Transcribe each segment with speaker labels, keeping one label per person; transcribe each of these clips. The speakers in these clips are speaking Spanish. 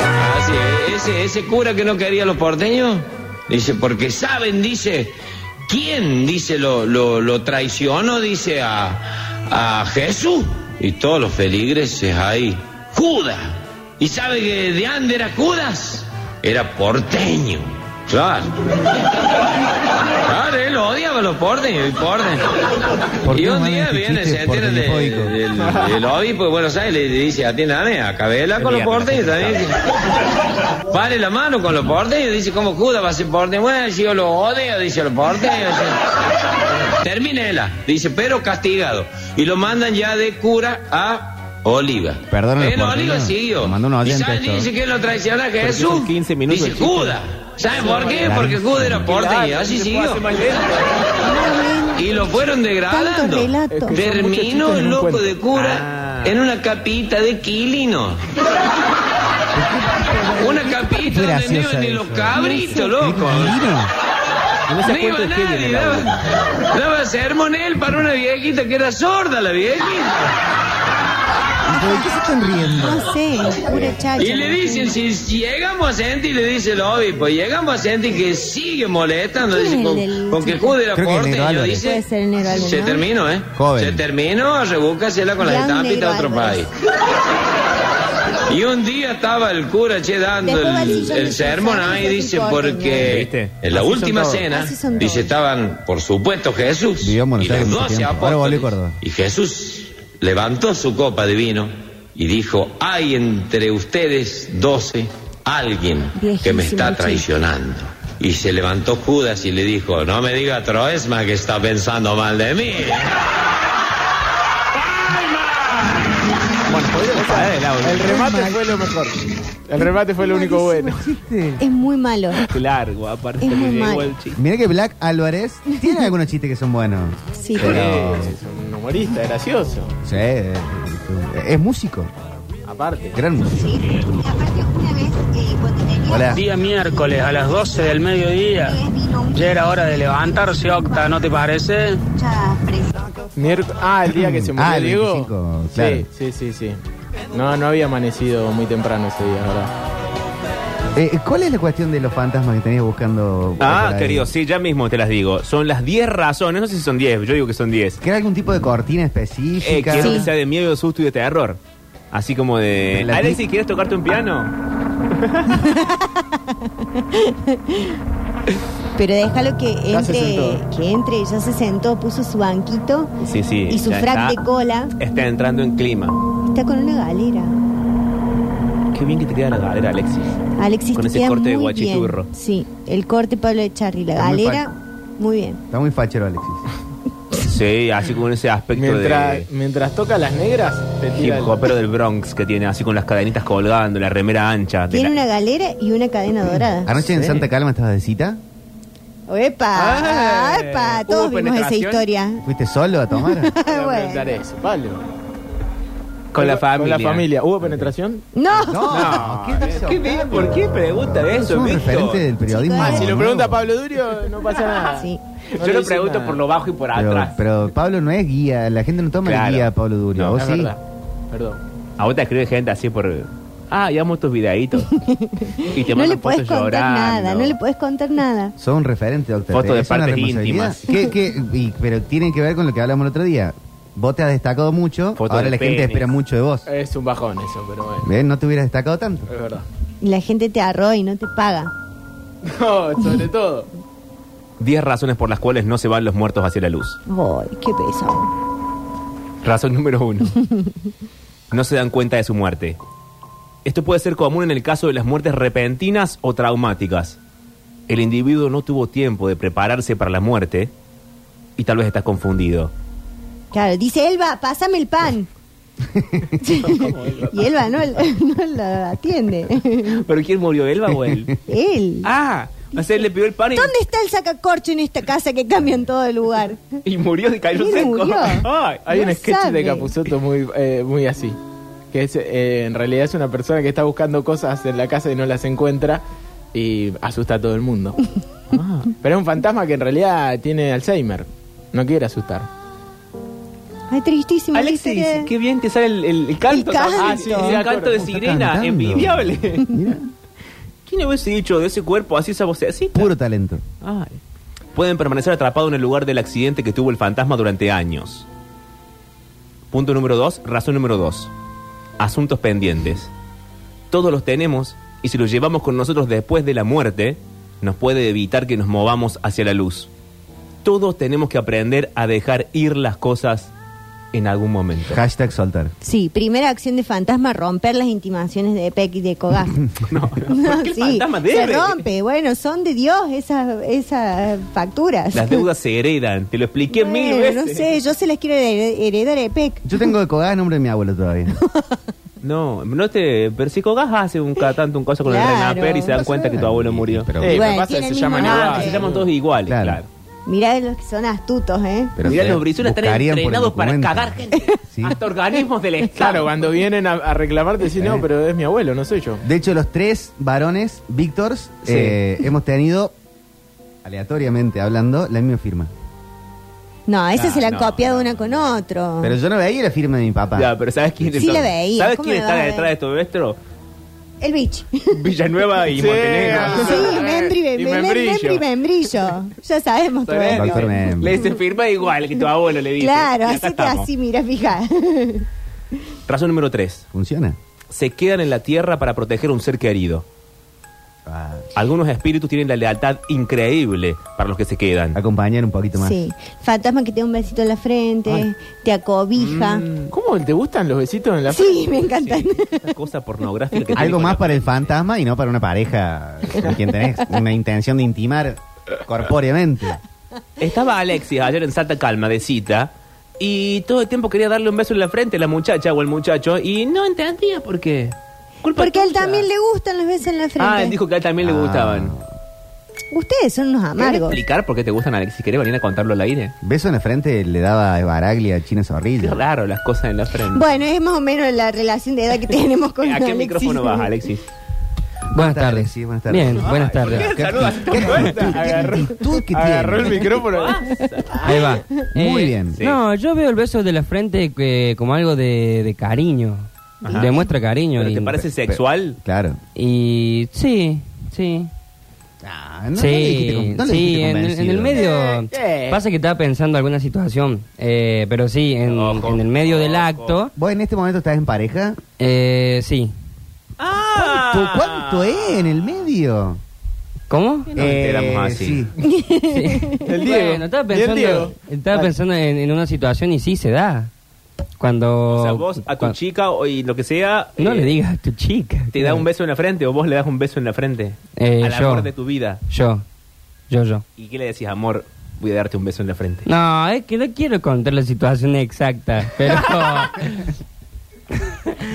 Speaker 1: Ah, ese cura que no quería a los porteños? Dice, porque saben, dice, ¿quién, dice, lo, lo, lo traicionó, dice, a, a Jesús? Y todos los feligreses ahí, Judas. ¿Y sabe que de Ande era Judas? Era porteño. Claro. Claro, él odiaba a los porteños y porteños.
Speaker 2: ¿Por qué
Speaker 1: Y un
Speaker 2: mandan
Speaker 1: día
Speaker 2: este
Speaker 1: viene,
Speaker 2: chiste
Speaker 1: se entera del
Speaker 2: porteñofóbico?
Speaker 1: del- del obispo de Buenos Aires y le dice, atiéndame, acabela con los porteños también. Pare la mano con los porteños, dice, ¿cómo Judas va a ser porteño? Bueno, si yo lo odio, dice a los porteños. Terminela, dice, pero castigado. Y lo mandan ya de cura a Oliva.
Speaker 2: Perdón, los
Speaker 1: En Oliva
Speaker 2: porteños,
Speaker 1: siguió.
Speaker 2: lo mandó un
Speaker 1: ¿Y
Speaker 2: oyente
Speaker 1: sabe?
Speaker 2: esto.
Speaker 1: Dice que lo traiciona a Jesús.
Speaker 3: son 15 minutos
Speaker 1: Dice
Speaker 3: el chiste.
Speaker 1: Judas. ¿Saben por qué? Porque Judas era porteño, así siguió. Y lo fueron degradando.
Speaker 4: Tantos relatos. Es que
Speaker 3: son muchos chistes
Speaker 1: Terminó
Speaker 3: en
Speaker 1: el
Speaker 3: un
Speaker 1: loco
Speaker 3: cuento.
Speaker 1: de cura
Speaker 3: Ah.
Speaker 1: en una capita de Quilino. Una capita
Speaker 2: Qué
Speaker 1: donde no
Speaker 2: gracioso
Speaker 1: iban ni los
Speaker 2: eso.
Speaker 1: cabritos, loco.
Speaker 2: Mira,
Speaker 3: ¿eh? En ese
Speaker 1: No iba
Speaker 3: cuento de quién viene
Speaker 1: nadie,
Speaker 3: el
Speaker 1: daba,
Speaker 3: audio.
Speaker 1: daba sermón él para una viejita que era sorda la viejita.
Speaker 2: ¿Pero de qué se están riendo?
Speaker 4: No sé, pura chacha.
Speaker 1: Y le dicen, si llegamos a sentir, le dice el obispo, llegamos a sentir que sigue molestando,
Speaker 4: ¿Quién
Speaker 1: dice,
Speaker 4: es
Speaker 1: con,
Speaker 4: el
Speaker 1: con que
Speaker 4: chico?
Speaker 1: jude la
Speaker 2: Creo que el Negro
Speaker 1: porteño,
Speaker 2: Álvarez.
Speaker 1: dice.
Speaker 4: Puede ser el Negro Álvarez,
Speaker 1: Se
Speaker 4: ¿no?
Speaker 1: terminó, ¿eh?
Speaker 2: Joven.
Speaker 1: Se terminó, rebúscasela con las
Speaker 4: Gran
Speaker 1: estampitas de otro
Speaker 4: Negro
Speaker 1: país.
Speaker 4: Álvarez.
Speaker 1: Y un día estaba el cura, che, dando
Speaker 4: Después va el
Speaker 1: el,
Speaker 4: sillón
Speaker 1: el
Speaker 4: de
Speaker 1: sermón
Speaker 4: Jesús,
Speaker 1: ahí,
Speaker 4: así
Speaker 1: dice,
Speaker 4: son todos,
Speaker 1: porque
Speaker 3: ¿Viste?
Speaker 1: en la
Speaker 3: Así son
Speaker 1: última
Speaker 3: todos.
Speaker 1: cena,
Speaker 4: Así son
Speaker 1: dice,
Speaker 4: todos.
Speaker 1: estaban, por supuesto, Jesús
Speaker 2: Vivió en Buenos
Speaker 1: y los
Speaker 2: Aires mucho
Speaker 1: doce
Speaker 2: tiempo. Ahora volvió a
Speaker 1: apóstoles.
Speaker 2: Córdoba.
Speaker 1: Y Jesús levantó su copa de vino y dijo, hay entre ustedes doce alguien que me
Speaker 4: Viejísimo
Speaker 1: está
Speaker 4: el chiste.
Speaker 1: traicionando. Y se levantó Judas y le dijo, no me diga Troesma que está pensando mal de mí.
Speaker 3: Bueno, podríamos parar el audio.
Speaker 5: El remate fue lo mejor. El remate fue lo único bueno.
Speaker 4: Es muy malo.
Speaker 3: Qué largo, aparte
Speaker 4: Es
Speaker 3: que
Speaker 4: muy
Speaker 3: llegó
Speaker 4: mal.
Speaker 3: el chiste.
Speaker 2: Mira que Black Álvarez tiene algunos chistes que son buenos.
Speaker 4: Sí,
Speaker 2: Pero-
Speaker 3: Es un humorista, gracioso.
Speaker 2: Sí, es, es músico,
Speaker 3: Aparte.
Speaker 2: gran músico.
Speaker 4: eh,
Speaker 2: Hola.
Speaker 6: Día miércoles a las 12 del mediodía. Ya era hora de levantarse, Octa, ¿no te parece?
Speaker 5: Miérc- Ah, el día que se murió
Speaker 2: Ah, el
Speaker 5: Diego.
Speaker 2: 25, claro.
Speaker 5: Sí, sí, sí, sí. No, no había amanecido muy temprano ese día, ¿verdad?
Speaker 2: Eh, ¿Cuál es la cuestión de los fantasmas que tenías buscando? por
Speaker 3: Ah,
Speaker 2: ahí?
Speaker 3: querido, sí, ya mismo te las digo. Son las 10 razones, no sé si son 10, yo digo que son 10.
Speaker 2: ¿Que era algún tipo de cortina
Speaker 3: Eh,
Speaker 2: específica?
Speaker 3: quiero
Speaker 4: Sí.
Speaker 3: que sea de miedo, susto y de terror. Así como de.
Speaker 2: La-
Speaker 3: Alexis, ¿quieres tocarte un piano?
Speaker 4: pero déjalo que
Speaker 5: Ya se
Speaker 4: entre,
Speaker 5: sentó.
Speaker 4: que entre, ya se sentó, puso su banquito
Speaker 3: Sí, sí.
Speaker 4: y su
Speaker 3: ya
Speaker 4: frac de
Speaker 3: está-
Speaker 4: cola.
Speaker 3: Está entrando en clima.
Speaker 4: Está con una galera.
Speaker 3: Qué bien que te queda la galera, Alexis.
Speaker 4: Alexis,
Speaker 3: Con
Speaker 4: te
Speaker 3: ese
Speaker 4: queda
Speaker 3: corte de
Speaker 4: muy bien.
Speaker 3: guachiturro.
Speaker 4: Sí, el corte Pablo de Charri, la
Speaker 2: Está muy
Speaker 4: galera, muy bien.
Speaker 2: Está muy fachero, Alexis.
Speaker 3: Sí, así con ese aspecto
Speaker 5: Mientras, mientras toca las negras, te
Speaker 3: de. Hip
Speaker 5: tira el-
Speaker 3: hopero del Bronx que tiene, así con las cadenitas colgando, la remera ancha. de
Speaker 4: Tiene
Speaker 3: la-
Speaker 4: una galera y una cadena dorada.
Speaker 2: Anoche en Santa Calma estabas de cita.
Speaker 4: ¡Epa!
Speaker 5: Ah,
Speaker 4: ¡Epa!
Speaker 5: ¿hubo
Speaker 4: Todos vimos esa
Speaker 5: penetración?
Speaker 4: historia.
Speaker 2: ¿Fuiste solo a tomar?
Speaker 5: Te voy a
Speaker 4: Bueno.
Speaker 5: preguntar eso, Pablo.
Speaker 3: Con la familia.
Speaker 5: Con la familia. ¿Hubo penetración?
Speaker 4: No,
Speaker 2: No, Ah, ¿qué pasó?
Speaker 3: ¿Qué bien? ¿Por qué pregunta de
Speaker 2: Es
Speaker 3: eso,
Speaker 2: un
Speaker 3: Víctor?
Speaker 2: referente del periodismo.
Speaker 4: Chicos,
Speaker 5: Ah, si lo
Speaker 2: nuevo.
Speaker 5: pregunta Pablo Durio, no pasa nada.
Speaker 4: Sí.
Speaker 5: No
Speaker 3: Yo
Speaker 5: le
Speaker 3: lo
Speaker 5: hice
Speaker 3: pregunto
Speaker 5: nada.
Speaker 3: por lo bajo y por
Speaker 2: Pero,
Speaker 3: atrás.
Speaker 2: pero Pablo no es guía, la gente no toma el
Speaker 3: Claro.
Speaker 2: guía a Pablo Durio.
Speaker 3: No,
Speaker 2: ¿Vos
Speaker 5: Es
Speaker 2: sí?
Speaker 5: verdad. Perdón.
Speaker 3: A vos te escribe gente así por. Ah, y amo tus videitos. y te
Speaker 4: no
Speaker 3: mandan
Speaker 4: le puedes
Speaker 3: fotos
Speaker 4: contar
Speaker 3: llorando.
Speaker 4: nada, no le puedes contar nada.
Speaker 2: Son un referente, doctor.
Speaker 3: Fotos de
Speaker 2: ¿Es una
Speaker 3: partes
Speaker 2: responsabilidad?
Speaker 3: íntimas.
Speaker 2: ¿Qué- qué- y- pero tienen que ver con lo que hablamos el otro día. Vos te has destacado mucho,
Speaker 3: Fotos
Speaker 2: ahora
Speaker 3: de
Speaker 2: la gente
Speaker 3: penes.
Speaker 2: espera mucho de vos.
Speaker 5: Es un bajón eso, pero bueno.
Speaker 2: ¿Ves? No te hubieras destacado tanto.
Speaker 5: Es verdad.
Speaker 4: Y la gente te arroja y no te paga.
Speaker 5: No, sobre todo.
Speaker 3: 10 razones por las cuales no se van los muertos hacia la luz.
Speaker 4: ¡Ay, qué pesado!
Speaker 3: Razón número uno. no se dan cuenta de su muerte. Esto puede ser común en el caso de las muertes repentinas o traumáticas. El individuo no tuvo tiempo de prepararse para la muerte y tal vez estás confundido.
Speaker 4: Claro, dice Elba, pásame el pan. y Elba no, no la atiende.
Speaker 3: ¿Pero quién murió, Elba o él?
Speaker 4: Él.
Speaker 3: ah, o sea, él le pidió el pan y,
Speaker 4: ¿Dónde está el sacacorcho en esta casa que cambia en todo el lugar?
Speaker 3: y murió y cayó
Speaker 4: ¿Quién
Speaker 3: seco.
Speaker 4: murió?
Speaker 3: Ay,
Speaker 5: Hay
Speaker 4: No
Speaker 5: un sketch
Speaker 4: sabe.
Speaker 5: de Capuzoto muy, eh, muy así. Que es, eh, en realidad es una persona que está buscando cosas en la casa y no las encuentra y asusta a todo el mundo. Pero es un fantasma que en realidad tiene Alzheimer. No quiere asustar.
Speaker 4: Ay, tristísimo.
Speaker 3: Alexis, qué bien te sale el, el
Speaker 4: El
Speaker 3: canto.
Speaker 4: canto.
Speaker 3: Ah, sí, sí, el canto de
Speaker 2: Está
Speaker 3: sirena,
Speaker 2: cantando.
Speaker 3: envidiable.
Speaker 2: Mira.
Speaker 3: ¿Quién hubiese dicho de ese cuerpo así esa vocecita?
Speaker 2: Puro talento.
Speaker 3: Ay. Pueden permanecer atrapados en el lugar del accidente que tuvo el fantasma durante años. Punto número dos, razón número dos. Asuntos pendientes. Todos los tenemos y si los llevamos con nosotros después de la muerte, nos puede evitar que nos movamos hacia la luz. Todos tenemos que aprender a dejar ir las cosas en algún momento.
Speaker 2: Hashtag soltar.
Speaker 4: Sí, primera acción de fantasma, romper las intimaciones de Peck y de Kogas.
Speaker 3: No, no, ¿por qué el fantasma
Speaker 4: se
Speaker 3: debe?
Speaker 4: rompe. Bueno, son de Dios esas, esas facturas.
Speaker 3: Las deudas se heredan, te lo expliqué mil
Speaker 4: Bueno,
Speaker 3: veces.
Speaker 4: No sé, yo se las quiero hered- heredar a Peck.
Speaker 2: Yo tengo de cogada el nombre de mi abuelo todavía.
Speaker 3: No, no te. Pero si Cogás hace un cada tanto un caso con
Speaker 4: Claro.
Speaker 3: el Renaper y se dan cuenta que tu abuelo murió.
Speaker 7: Pero,
Speaker 5: Eh,
Speaker 4: Bueno,
Speaker 5: pero pasa
Speaker 4: tiene
Speaker 5: que
Speaker 4: el
Speaker 5: se
Speaker 4: mismo
Speaker 5: llaman
Speaker 4: nombre.
Speaker 5: igual.
Speaker 3: Ah, se llaman todos iguales,
Speaker 2: Claro.
Speaker 3: claro.
Speaker 4: Mirá de los que son astutos, ¿eh?
Speaker 7: pero
Speaker 3: Mirá,
Speaker 7: se-
Speaker 3: los brizuelas están
Speaker 2: buscarían por el
Speaker 3: entrenados para
Speaker 2: documento.
Speaker 3: cagar gente.
Speaker 2: Sí.
Speaker 3: Hasta organismos del Estado.
Speaker 5: Claro, cuando vienen a, a reclamarte, sí,
Speaker 3: Eh.
Speaker 5: no, pero es mi abuelo, no soy yo.
Speaker 2: De hecho, los tres varones, Víctors,
Speaker 5: Sí.
Speaker 2: eh, hemos tenido, aleatoriamente hablando, la misma firma.
Speaker 4: No, esa
Speaker 3: Ah,
Speaker 4: se la han
Speaker 3: no,
Speaker 4: copiado
Speaker 3: no,
Speaker 4: una con otro.
Speaker 2: Pero yo no veía la firma de mi papá.
Speaker 3: Ya, pero ¿sabes quién
Speaker 4: Sí
Speaker 3: está-
Speaker 4: le veía,
Speaker 3: ¿Sabes
Speaker 4: ¿cómo
Speaker 3: quién
Speaker 4: le vas
Speaker 3: está
Speaker 4: a
Speaker 3: detrás
Speaker 4: ver?
Speaker 3: de todo esto?
Speaker 4: El bicho.
Speaker 3: Villanueva y
Speaker 5: Sí,
Speaker 3: Montenegro.
Speaker 5: ah.
Speaker 4: Sí, membri,
Speaker 5: Y
Speaker 4: membri, membri,
Speaker 5: membrillo.
Speaker 4: membri, membrillo. Ya sabemos todo
Speaker 3: ¿Sabes?
Speaker 4: esto.
Speaker 2: Doctor Mem.
Speaker 3: Le dice firma igual que tu abuelo le dice.
Speaker 4: Claro,
Speaker 3: Y acá
Speaker 4: hacete
Speaker 3: estamos.
Speaker 4: así, mira, fija.
Speaker 3: Razón número 3.
Speaker 2: ¿Funciona?
Speaker 3: Se quedan en la tierra para proteger a un ser querido.
Speaker 2: Ah,
Speaker 3: Algunos espíritus tienen la lealtad increíble para los que se quedan.
Speaker 2: acompañar un poquito más.
Speaker 4: Sí. Fantasma que te da un besito en la frente, te acobija.
Speaker 5: Mm, ¿Cómo te gustan los besitos en la
Speaker 4: Sí, me encantan.
Speaker 3: Sí, esa cosa pornográfica que tiene
Speaker 2: Algo
Speaker 3: con
Speaker 2: más
Speaker 3: la-
Speaker 2: para el fantasma y no para una pareja con quien tenés una intención de intimar corpóreamente.
Speaker 3: Estaba Alexis ayer en Santa Calma de cita y todo el tiempo quería darle un beso en la frente a la muchacha o al muchacho y no entendía por qué. Culpa
Speaker 4: Porque a él
Speaker 3: tuya.
Speaker 4: también le gustan los besos en la frente.
Speaker 3: Ah, él dijo que a él también le
Speaker 2: Ah.
Speaker 3: gustaban.
Speaker 4: Ustedes son unos
Speaker 3: ¿Querés
Speaker 4: amargos.
Speaker 3: explicar por qué te gustan Alexis? ¿Querés venir a contarlo al aire?
Speaker 2: Beso en la frente le daba a Baraglia a China
Speaker 3: Qué
Speaker 2: Zorrilla.
Speaker 3: raro las cosas en la frente. Eh,
Speaker 4: Bueno, es más o menos la relación de edad que tenemos con
Speaker 3: ¿A qué
Speaker 4: Alexis.
Speaker 3: micrófono vas, Alexis?
Speaker 7: Buenas tardes.
Speaker 2: Sí, buenas tardes.
Speaker 7: Bien, buenas tardes.
Speaker 3: Saludas.
Speaker 5: Agarró,
Speaker 2: actitud que
Speaker 5: agarró el
Speaker 2: tiene.
Speaker 5: micrófono.
Speaker 7: Ahí va.
Speaker 2: Muy bien.
Speaker 3: Eh, sí.
Speaker 7: Eh, No, yo veo el beso de la frente que- como algo de, de cariño.
Speaker 3: Ajá.
Speaker 7: Demuestra cariño.
Speaker 3: ¿Pero
Speaker 7: y-
Speaker 3: te parece sexual?
Speaker 2: Claro.
Speaker 7: Y sí, sí.
Speaker 2: Ah, no, no le
Speaker 7: sí,
Speaker 2: dijiste con- no le
Speaker 7: sí,
Speaker 2: dijiste
Speaker 7: en, el- en el
Speaker 2: convencido.
Speaker 7: medio.
Speaker 5: Eh, eh.
Speaker 7: Pasa que estaba pensando alguna situación, eh, pero sí, en,
Speaker 3: Ojo,
Speaker 7: en el medio del
Speaker 3: ojo.
Speaker 7: acto,
Speaker 2: ¿Vos en este momento estás en pareja?
Speaker 7: eh, sí.
Speaker 3: ¡Ah!
Speaker 2: ¿Tú cuánto es en el medio? Eh,
Speaker 7: ¿Cómo?
Speaker 3: Nos enteramos así.
Speaker 2: sí.
Speaker 5: El Diego.
Speaker 7: Bueno, estaba
Speaker 5: Bien, Diego.
Speaker 7: pensando, estaba pensando en, en una situación y sí se da. Cuando.
Speaker 3: O sea, vos a tu
Speaker 7: cua-
Speaker 3: chica o y lo que sea...
Speaker 7: Oh, No
Speaker 3: eh,
Speaker 7: le digas a tu chica.
Speaker 3: ¿Te da un beso en la frente o vos le das un beso en la frente?
Speaker 7: Eh,
Speaker 3: Al
Speaker 7: yo.
Speaker 3: amor de tu vida.
Speaker 7: Yo, yo, yo.
Speaker 3: ¿Y qué le decís, amor? Voy a darte un beso en la frente.
Speaker 7: No, es que no quiero contar la situación exacta, pero.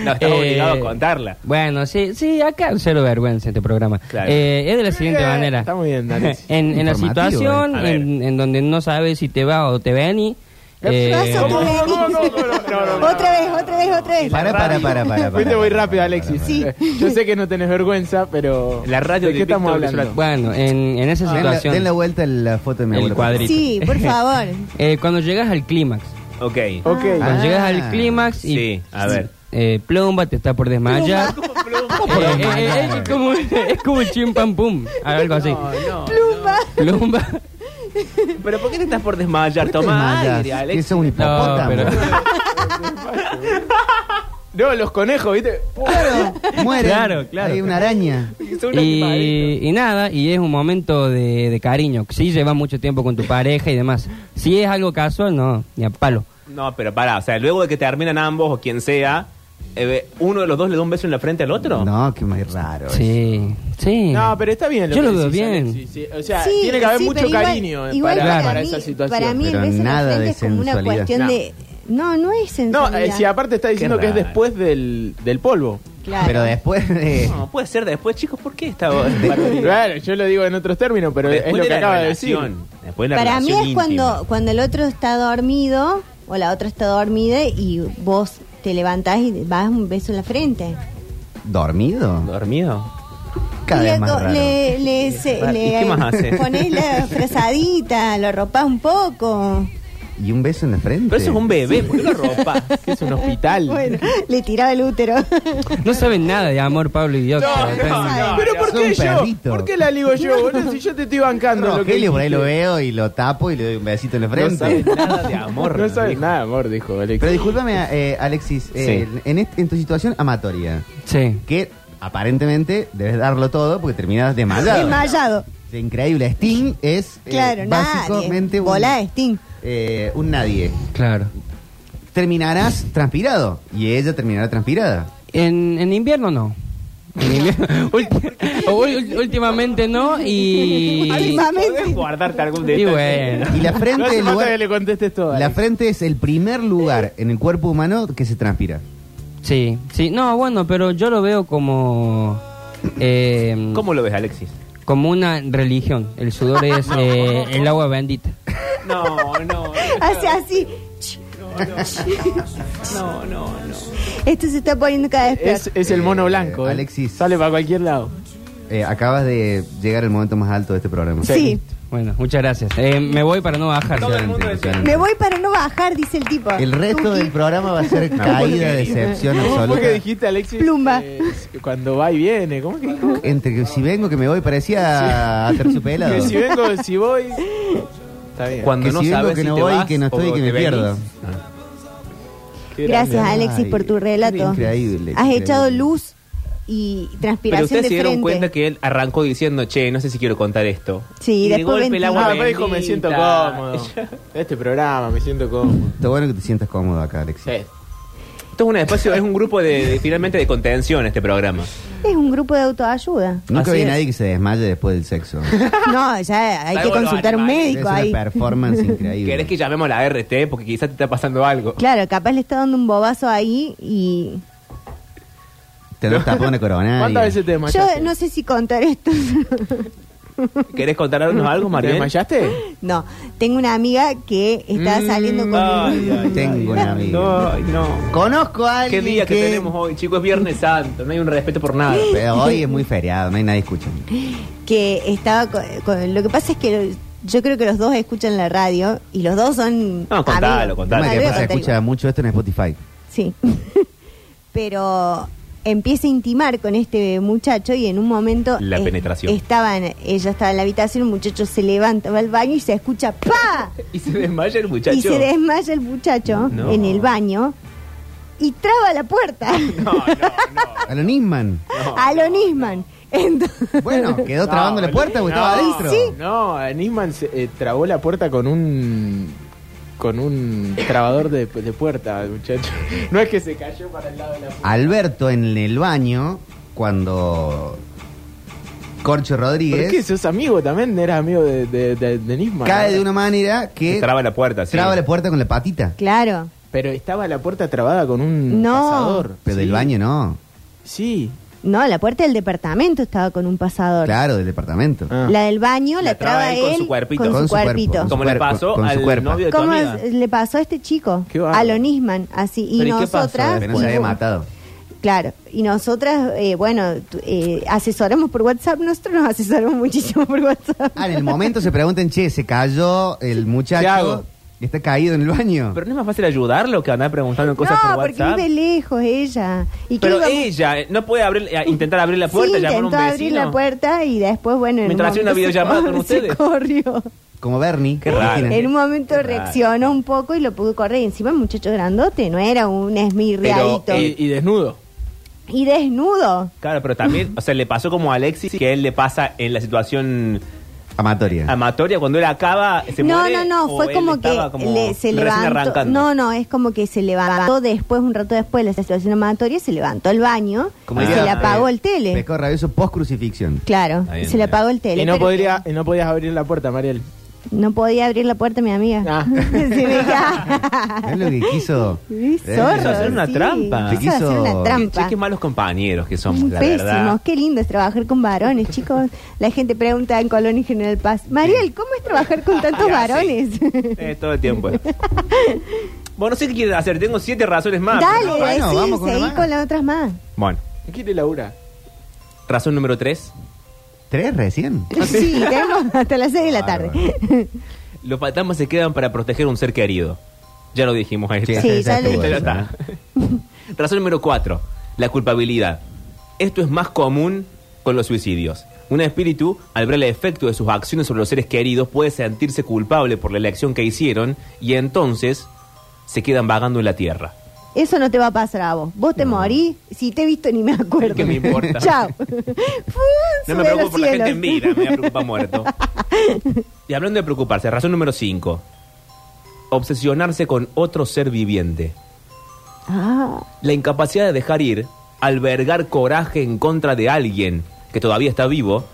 Speaker 3: No, estás
Speaker 7: Eh,
Speaker 3: obligado a contarla.
Speaker 7: Bueno, sí, sí, acá cero vergüenza este programa.
Speaker 3: Claro.
Speaker 7: Eh, es de la siguiente manera.
Speaker 5: Está muy bien, Danis.
Speaker 7: En, en la
Speaker 2: Informativo,
Speaker 7: situación
Speaker 3: eh. A ver.
Speaker 7: en, en donde no sabes si te va o te vení. eh,
Speaker 4: Vas a
Speaker 5: ¿Cómo,
Speaker 4: otra vez.
Speaker 5: cómo, cómo, cómo? No, no, no.
Speaker 4: Otra vez, otra vez, otra vez.
Speaker 2: Para, para, para, para.
Speaker 5: Fuiste muy rápido, Alexis.
Speaker 4: Sí.
Speaker 5: Eh, Yo sé que no tenés vergüenza, pero.
Speaker 3: La radio
Speaker 5: ¿De
Speaker 3: de
Speaker 5: qué estamos
Speaker 3: Víctor
Speaker 5: hablando?
Speaker 7: bueno, en, en esa
Speaker 2: Den la,
Speaker 7: situación.
Speaker 2: den la vuelta la foto de mi
Speaker 7: El
Speaker 2: abuelo.
Speaker 7: cuadrito.
Speaker 4: Sí, por favor.
Speaker 7: eh, cuando llegas al clímax.
Speaker 3: Ok.
Speaker 5: Ok.
Speaker 2: Ah.
Speaker 7: Cuando llegas al clímax y.
Speaker 3: Sí, a ver.
Speaker 7: eh, plumba, te está por desmayar. Eh, eh, eh, es, como, es como el chim pam pum, algo así.
Speaker 4: Pluma.
Speaker 7: Plumba.
Speaker 3: ¿Pero por qué te estás por desmayar?
Speaker 2: ¿Por qué te
Speaker 3: Toma
Speaker 2: desmayas?
Speaker 3: aire,
Speaker 2: ¿Qué
Speaker 3: Alex.
Speaker 2: sos un hipopótamo?
Speaker 7: No, pero-
Speaker 5: No, los conejos, ¿viste?
Speaker 2: Muere.
Speaker 7: Claro, claro.
Speaker 2: Hay una araña.
Speaker 7: Y, y nada, y es un momento de, de cariño. Si llevas mucho tiempo con tu pareja y demás. Si es algo casual, no, ni a palo.
Speaker 3: No, pero pará. O sea, luego de que terminan ambos o quien sea, eh, ¿uno de los dos le da un beso en la frente al otro?
Speaker 2: No, que muy raro. eso.
Speaker 7: Sí, sí.
Speaker 5: No, pero está bien.
Speaker 7: Yo
Speaker 5: que
Speaker 7: lo veo
Speaker 5: decís,
Speaker 7: bien.
Speaker 5: Alexis, sí. O sea,
Speaker 4: Sí,
Speaker 5: tiene que haber
Speaker 4: sí,
Speaker 5: mucho
Speaker 4: pero igual-
Speaker 5: cariño eh,
Speaker 4: igual
Speaker 5: para,
Speaker 4: para,
Speaker 5: para
Speaker 4: mí,
Speaker 5: esa situación.
Speaker 4: Para mí el
Speaker 2: Pero
Speaker 4: beso en la
Speaker 2: nada
Speaker 4: frente
Speaker 2: de
Speaker 4: es como una
Speaker 2: sensualidad.
Speaker 4: cuestión
Speaker 5: No.
Speaker 4: de... No, no es
Speaker 5: no,
Speaker 4: sensualidad.
Speaker 5: eh, si aparte está diciendo que es
Speaker 3: raro.
Speaker 5: después del, del polvo.
Speaker 4: Claro.
Speaker 2: Pero después de.
Speaker 3: No, puede ser después, chicos. ¿Por qué esta
Speaker 5: Claro, yo lo digo en otros términos, pero
Speaker 3: Después
Speaker 5: es lo
Speaker 3: de
Speaker 5: que
Speaker 3: la
Speaker 5: acaba de
Speaker 3: relación,
Speaker 5: decir.
Speaker 3: Después de la
Speaker 4: Para mí
Speaker 3: relación
Speaker 4: es cuando,
Speaker 3: íntima.
Speaker 4: cuando el otro está dormido o la otra está dormida y vos te levantás y vas un beso en la frente.
Speaker 2: ¿Dormido?
Speaker 3: ¿Dormido?
Speaker 2: Cada
Speaker 4: Y
Speaker 2: vez
Speaker 4: le-
Speaker 2: más raro.
Speaker 4: le, le- se-
Speaker 3: raro.
Speaker 4: le-
Speaker 3: ¿Y qué más hace?
Speaker 4: ponés la frazadita, lo arropás un poco.
Speaker 2: y un beso en la frente.
Speaker 3: Pero eso es un bebé, ¿por qué lo ropa?
Speaker 5: Que es un hospital.
Speaker 4: Bueno, le tiraba el útero.
Speaker 7: No saben nada de amor, Pablo Idiota.
Speaker 5: No,
Speaker 7: depende.
Speaker 5: no, no. Pero ¿por
Speaker 2: Sos un
Speaker 5: qué yo?
Speaker 2: perrito.
Speaker 5: ¿Por qué la ligo yo, boludo? Si yo te estoy bancando. lo que
Speaker 2: Rogelio, por ahí lo
Speaker 5: dijiste.
Speaker 2: veo y lo tapo y le doy un besito en la
Speaker 3: No sabe
Speaker 2: frente.
Speaker 3: nada de amor.
Speaker 5: No sabes
Speaker 3: dijo.
Speaker 5: nada, amor, dijo Alexis.
Speaker 2: Pero discúlpame, eh, Alexis, eh, en, est- en tu situación amatoria,
Speaker 7: Sí.
Speaker 2: que aparentemente debes darlo todo porque terminas desmayado. Eh,
Speaker 4: Desmayado.
Speaker 2: Es increíble. Sting es eh,
Speaker 4: Claro,
Speaker 2: básicamente
Speaker 4: nadie.
Speaker 2: un-
Speaker 4: Bola de Sting.
Speaker 2: eh, un nadie.
Speaker 7: Claro.
Speaker 2: Terminarás transpirado y ella terminará transpirada.
Speaker 7: En, en invierno no. En invierno- ulti- o ul- últimamente no y...
Speaker 4: Últimamente.
Speaker 5: guardarte algún
Speaker 7: Y bueno.
Speaker 2: Y la
Speaker 5: No
Speaker 2: frente,
Speaker 5: hace
Speaker 2: el
Speaker 5: falta
Speaker 2: lugar-
Speaker 5: que le contestes todo.
Speaker 2: la
Speaker 5: Alex.
Speaker 2: frente es el primer lugar en el cuerpo humano que se transpira.
Speaker 7: Sí, sí. No, bueno, pero yo lo veo como... eh,
Speaker 3: ¿Cómo lo ves, Alexis?
Speaker 7: Como una religión. El sudor es eh, el agua bendita.
Speaker 3: No, no.
Speaker 4: Hace así.
Speaker 3: No, no, no.
Speaker 4: Esto se está poniendo cada vez peor.
Speaker 5: es, es el mono
Speaker 2: Eh,
Speaker 5: blanco. eh.
Speaker 2: Alexis.
Speaker 5: Sale para cualquier lado.
Speaker 2: Eh, acabas de llegar al momento más alto de este programa.
Speaker 4: Sí.
Speaker 7: Bueno, muchas gracias. Eh, me voy para no bajar.
Speaker 3: Todo el mundo
Speaker 4: Me voy para no bajar, dice el tipo.
Speaker 2: El resto
Speaker 4: Tuki.
Speaker 2: del programa va a ser caída, decepción
Speaker 5: ¿Cómo
Speaker 2: absoluta.
Speaker 5: fue que dijiste, Alexis?
Speaker 4: Plumba.
Speaker 5: Eh, cuando va y viene. ¿Cómo que dijo?
Speaker 2: Entre que si vengo que me voy parecía a terciopelado.
Speaker 5: Que si vengo, si voy. Está bien.
Speaker 3: Cuando
Speaker 2: Que
Speaker 3: no
Speaker 2: si vengo,
Speaker 3: sabes
Speaker 2: que
Speaker 3: si
Speaker 2: no
Speaker 3: te
Speaker 2: voy,
Speaker 3: vas
Speaker 2: que no estoy y
Speaker 3: o
Speaker 2: que me
Speaker 3: te venís. Ah.
Speaker 2: pierdo.
Speaker 5: Qué grande,
Speaker 4: Gracias,
Speaker 5: Alex.
Speaker 4: Alexis, por tu relato.
Speaker 2: increíble,
Speaker 4: Has
Speaker 2: increíble.
Speaker 4: echado luz y
Speaker 3: Pero
Speaker 4: transpiración
Speaker 3: ustedes se
Speaker 4: de
Speaker 3: dieron
Speaker 4: frente.
Speaker 3: cuenta que él arrancó diciendo, che, no sé si quiero contar esto.
Speaker 4: Sí,
Speaker 3: y de
Speaker 4: después
Speaker 3: golpe el
Speaker 4: ventiló.
Speaker 3: agua
Speaker 5: Ah, pero dijo, me
Speaker 3: bendita.
Speaker 5: siento cómodo. Este programa, me siento cómodo.
Speaker 2: Está bueno que te sientas cómodo acá, Alexis.
Speaker 5: Sí.
Speaker 3: Esto es un espacio, es un grupo de, de- finalmente de contención este programa.
Speaker 4: Es un grupo de autoayuda.
Speaker 2: Nunca
Speaker 3: Así
Speaker 2: vi
Speaker 3: es.
Speaker 2: nadie que se desmaye después del sexo.
Speaker 4: No, ya hay que
Speaker 3: Salvo los
Speaker 4: consultar a un
Speaker 3: animales.
Speaker 2: es
Speaker 4: médico
Speaker 2: una
Speaker 4: ahí.
Speaker 2: performance increíble.
Speaker 3: ¿Querés que llamemos a la RT? Porque quizás te está pasando algo.
Speaker 4: Claro, capaz le está dando un bobazo ahí y...
Speaker 2: Te lo tapó una coronaria.
Speaker 5: ¿Cuántas veces te desmayaste?
Speaker 4: Yo no sé si contar esto.
Speaker 3: ¿Querés contarnos algo,
Speaker 5: ¿Te
Speaker 3: Mariel?
Speaker 5: desmayaste?
Speaker 4: no, tengo una amiga que está saliendo con...
Speaker 3: Mm. Ay, ay,
Speaker 2: Tengo
Speaker 3: ay,
Speaker 2: una
Speaker 3: ay,
Speaker 2: amiga.
Speaker 3: ay, no.
Speaker 2: Conozco a
Speaker 3: ¿Qué
Speaker 2: alguien
Speaker 3: día que
Speaker 2: que-
Speaker 3: tenemos hoy, chicos? Es Viernes Santo, no hay un respeto por nada.
Speaker 2: Pero hoy es muy feriado, no hay nadie escuchando.
Speaker 4: que estaba con, con- lo que pasa es que yo creo que los dos escuchan la radio y los dos son
Speaker 3: No, contalo,
Speaker 4: amigos.
Speaker 3: contalo.
Speaker 2: Dale, que
Speaker 3: Dale,
Speaker 4: Voy a
Speaker 2: pasa,
Speaker 4: contar
Speaker 2: escucha
Speaker 4: igual.
Speaker 2: mucho esto en Spotify.
Speaker 4: sí pero empieza a intimar con este muchacho y en un momento
Speaker 3: La penetración.
Speaker 4: estaban ella estaba en la habitación un muchacho se levanta va al baño y se escucha pa
Speaker 3: Y se desmaya el muchacho.
Speaker 4: y se desmaya el muchacho
Speaker 3: No.
Speaker 4: en el baño y traba la puerta
Speaker 3: No, no, no.
Speaker 2: A lo Nisman.
Speaker 4: a lo Nisman Entonces-
Speaker 2: Bueno, quedó
Speaker 5: No,
Speaker 2: trabando la puerta porque
Speaker 5: no.
Speaker 2: estaba adentro.
Speaker 4: Sí.
Speaker 5: No, Nisman se, eh, trabó la puerta con un con un trabador de, de puerta, muchacho. No es que se cayó para el lado de la puerta.
Speaker 2: Alberto en el baño, cuando Corcho
Speaker 5: ¿Por qué?
Speaker 2: Rodríguez
Speaker 5: ¿Sos amigo también? ¿Eras amigo de, de, de- de Nisman?
Speaker 2: cae de una manera que
Speaker 3: Se traba la puerta, sí.
Speaker 2: traba la puerta con la patita.
Speaker 4: claro
Speaker 5: Pero estaba la puerta trabada con un
Speaker 4: No.
Speaker 5: pasador.
Speaker 2: Pero del
Speaker 5: Sí,
Speaker 2: baño no.
Speaker 5: Sí.
Speaker 4: no la puerta del departamento estaba con un pasador
Speaker 2: Claro, del departamento.
Speaker 5: Ah.
Speaker 4: La del baño la,
Speaker 3: La traba él con su cuerpito.
Speaker 4: con su
Speaker 2: Con su cuerpo,
Speaker 4: cuerpito.
Speaker 2: con su
Speaker 3: Como le
Speaker 2: cuerpo,
Speaker 3: pasó
Speaker 2: con su
Speaker 3: al
Speaker 2: cuerpo.
Speaker 3: novio de tu
Speaker 4: ¿Cómo
Speaker 3: amiga.
Speaker 4: es- le pasó a este chico?
Speaker 5: Qué bárbaro.
Speaker 4: A lo Nisman, así. Y
Speaker 3: ¿Pero y qué pasó
Speaker 4: nosotras. eh,
Speaker 2: Que no se había matado.
Speaker 4: Claro, y nosotras, eh, bueno, tu- eh, asesoramos por WhatsApp, nosotros nos asesoramos muchísimo por WhatsApp.
Speaker 2: Ah, en el momento se preguntan, che, se cayó el
Speaker 5: ¿Qué
Speaker 2: muchacho
Speaker 5: hago?
Speaker 2: y está caído en el baño.
Speaker 3: Pero no es más fácil ayudarlo que andar preguntando cosas
Speaker 4: no,
Speaker 3: por
Speaker 4: porque
Speaker 3: WhatsApp.
Speaker 4: vive lejos ella. ¿Y qué
Speaker 3: Pero
Speaker 4: íbamos-
Speaker 3: ella eh, no puede abrir, eh, intentar abrir la puerta,
Speaker 4: sí,
Speaker 3: llamar a un
Speaker 4: intentó
Speaker 3: vecino.
Speaker 4: abrir la puerta y después, bueno, en
Speaker 3: Mientras hacía
Speaker 4: un
Speaker 3: una
Speaker 4: momento se
Speaker 3: videollamada con
Speaker 4: cor-
Speaker 3: ustedes.
Speaker 4: Se corrió.
Speaker 2: Como Bernie.
Speaker 3: Qué raro.
Speaker 2: Imagínate.
Speaker 4: En un momento
Speaker 3: Qué raro.
Speaker 4: reaccionó un poco y lo pudo correr. Y encima el muchacho grandote, no era un esmirriadito.
Speaker 5: Y,
Speaker 3: eh,
Speaker 5: y desnudo.
Speaker 4: y desnudo.
Speaker 3: Claro, pero también, o sea, le pasó como a Alexis, que él le pasa en la situación
Speaker 2: Amatoria.
Speaker 3: amatoria, cuando él acaba, se
Speaker 4: no,
Speaker 3: muere,
Speaker 4: no, no,
Speaker 3: o
Speaker 4: fue
Speaker 3: él
Speaker 4: como que
Speaker 3: estaba como
Speaker 4: le- se
Speaker 3: recién
Speaker 4: levantó.
Speaker 3: arrancando.
Speaker 4: No, no, es como que se levantó después, un rato después de la situación amatoria, se levantó al baño
Speaker 3: Como
Speaker 4: y
Speaker 3: diría,
Speaker 4: se le apagó
Speaker 2: eh,
Speaker 4: el tele.
Speaker 2: Pecado rabioso post-crucifixión.
Speaker 4: Claro,
Speaker 3: Está bien,
Speaker 4: se le
Speaker 3: está
Speaker 4: apagó el tele.
Speaker 5: Y no,
Speaker 4: pero
Speaker 5: podría, y no podías abrir la puerta, Mariel.
Speaker 4: no podía abrir la puerta mi amiga.
Speaker 5: Ah.
Speaker 4: Se me ca-
Speaker 2: Es lo que quiso.
Speaker 4: Sí,
Speaker 2: Eh,
Speaker 4: zorro,
Speaker 3: quiso hacer una
Speaker 4: sí.
Speaker 3: trampa.
Speaker 4: Quiso hacer
Speaker 2: Quiso-
Speaker 4: una
Speaker 3: Che,
Speaker 4: trampa.
Speaker 3: qué malos compañeros que somos, la
Speaker 4: Pésimos,
Speaker 3: verdad.
Speaker 4: qué lindo es trabajar con varones, chicos. La gente pregunta en Colón y General Paz, Mariel, ¿cómo es trabajar con tantos
Speaker 3: Ah, Ya, sí.
Speaker 4: varones?
Speaker 3: Eh, todo el tiempo. bueno, no sé qué quieres hacer, tengo siete razones más.
Speaker 4: Dale,
Speaker 2: Bueno,
Speaker 4: decí,
Speaker 2: vamos con una
Speaker 4: seguí
Speaker 2: más.
Speaker 4: con las otras más.
Speaker 3: Bueno,
Speaker 5: ¿Qué quiere Laura?
Speaker 3: razón número tres.
Speaker 2: Tres recién.
Speaker 4: Sí, tenemos hasta las 6 de la tarde.
Speaker 3: Los fantasmas se quedan para proteger a un ser querido. Ya lo dijimos ahí.
Speaker 4: Sí, ya lo
Speaker 2: estuvo
Speaker 4: dije.
Speaker 3: Ya
Speaker 2: eso,
Speaker 3: está. Razón número 4. La culpabilidad. Esto es más común con los suicidios. Un espíritu, al ver el efecto de sus acciones sobre los seres queridos, puede sentirse culpable por la elección que hicieron y entonces se quedan vagando en la tierra.
Speaker 4: Eso no te va a pasar a vos. Vos te morís, si te he visto ni me acuerdo.
Speaker 3: ¿Qué me importa?
Speaker 4: Chao. Fum,
Speaker 3: No
Speaker 4: sube
Speaker 3: me
Speaker 4: a
Speaker 3: preocupo
Speaker 4: los
Speaker 3: por la gente en vida,
Speaker 4: cielos.
Speaker 3: me preocupa muerto. Y hablando de preocuparse, razón número 5. Obsesionarse con otro ser viviente.
Speaker 4: Ah,
Speaker 3: La incapacidad de dejar ir, albergar coraje en contra de alguien que todavía está vivo,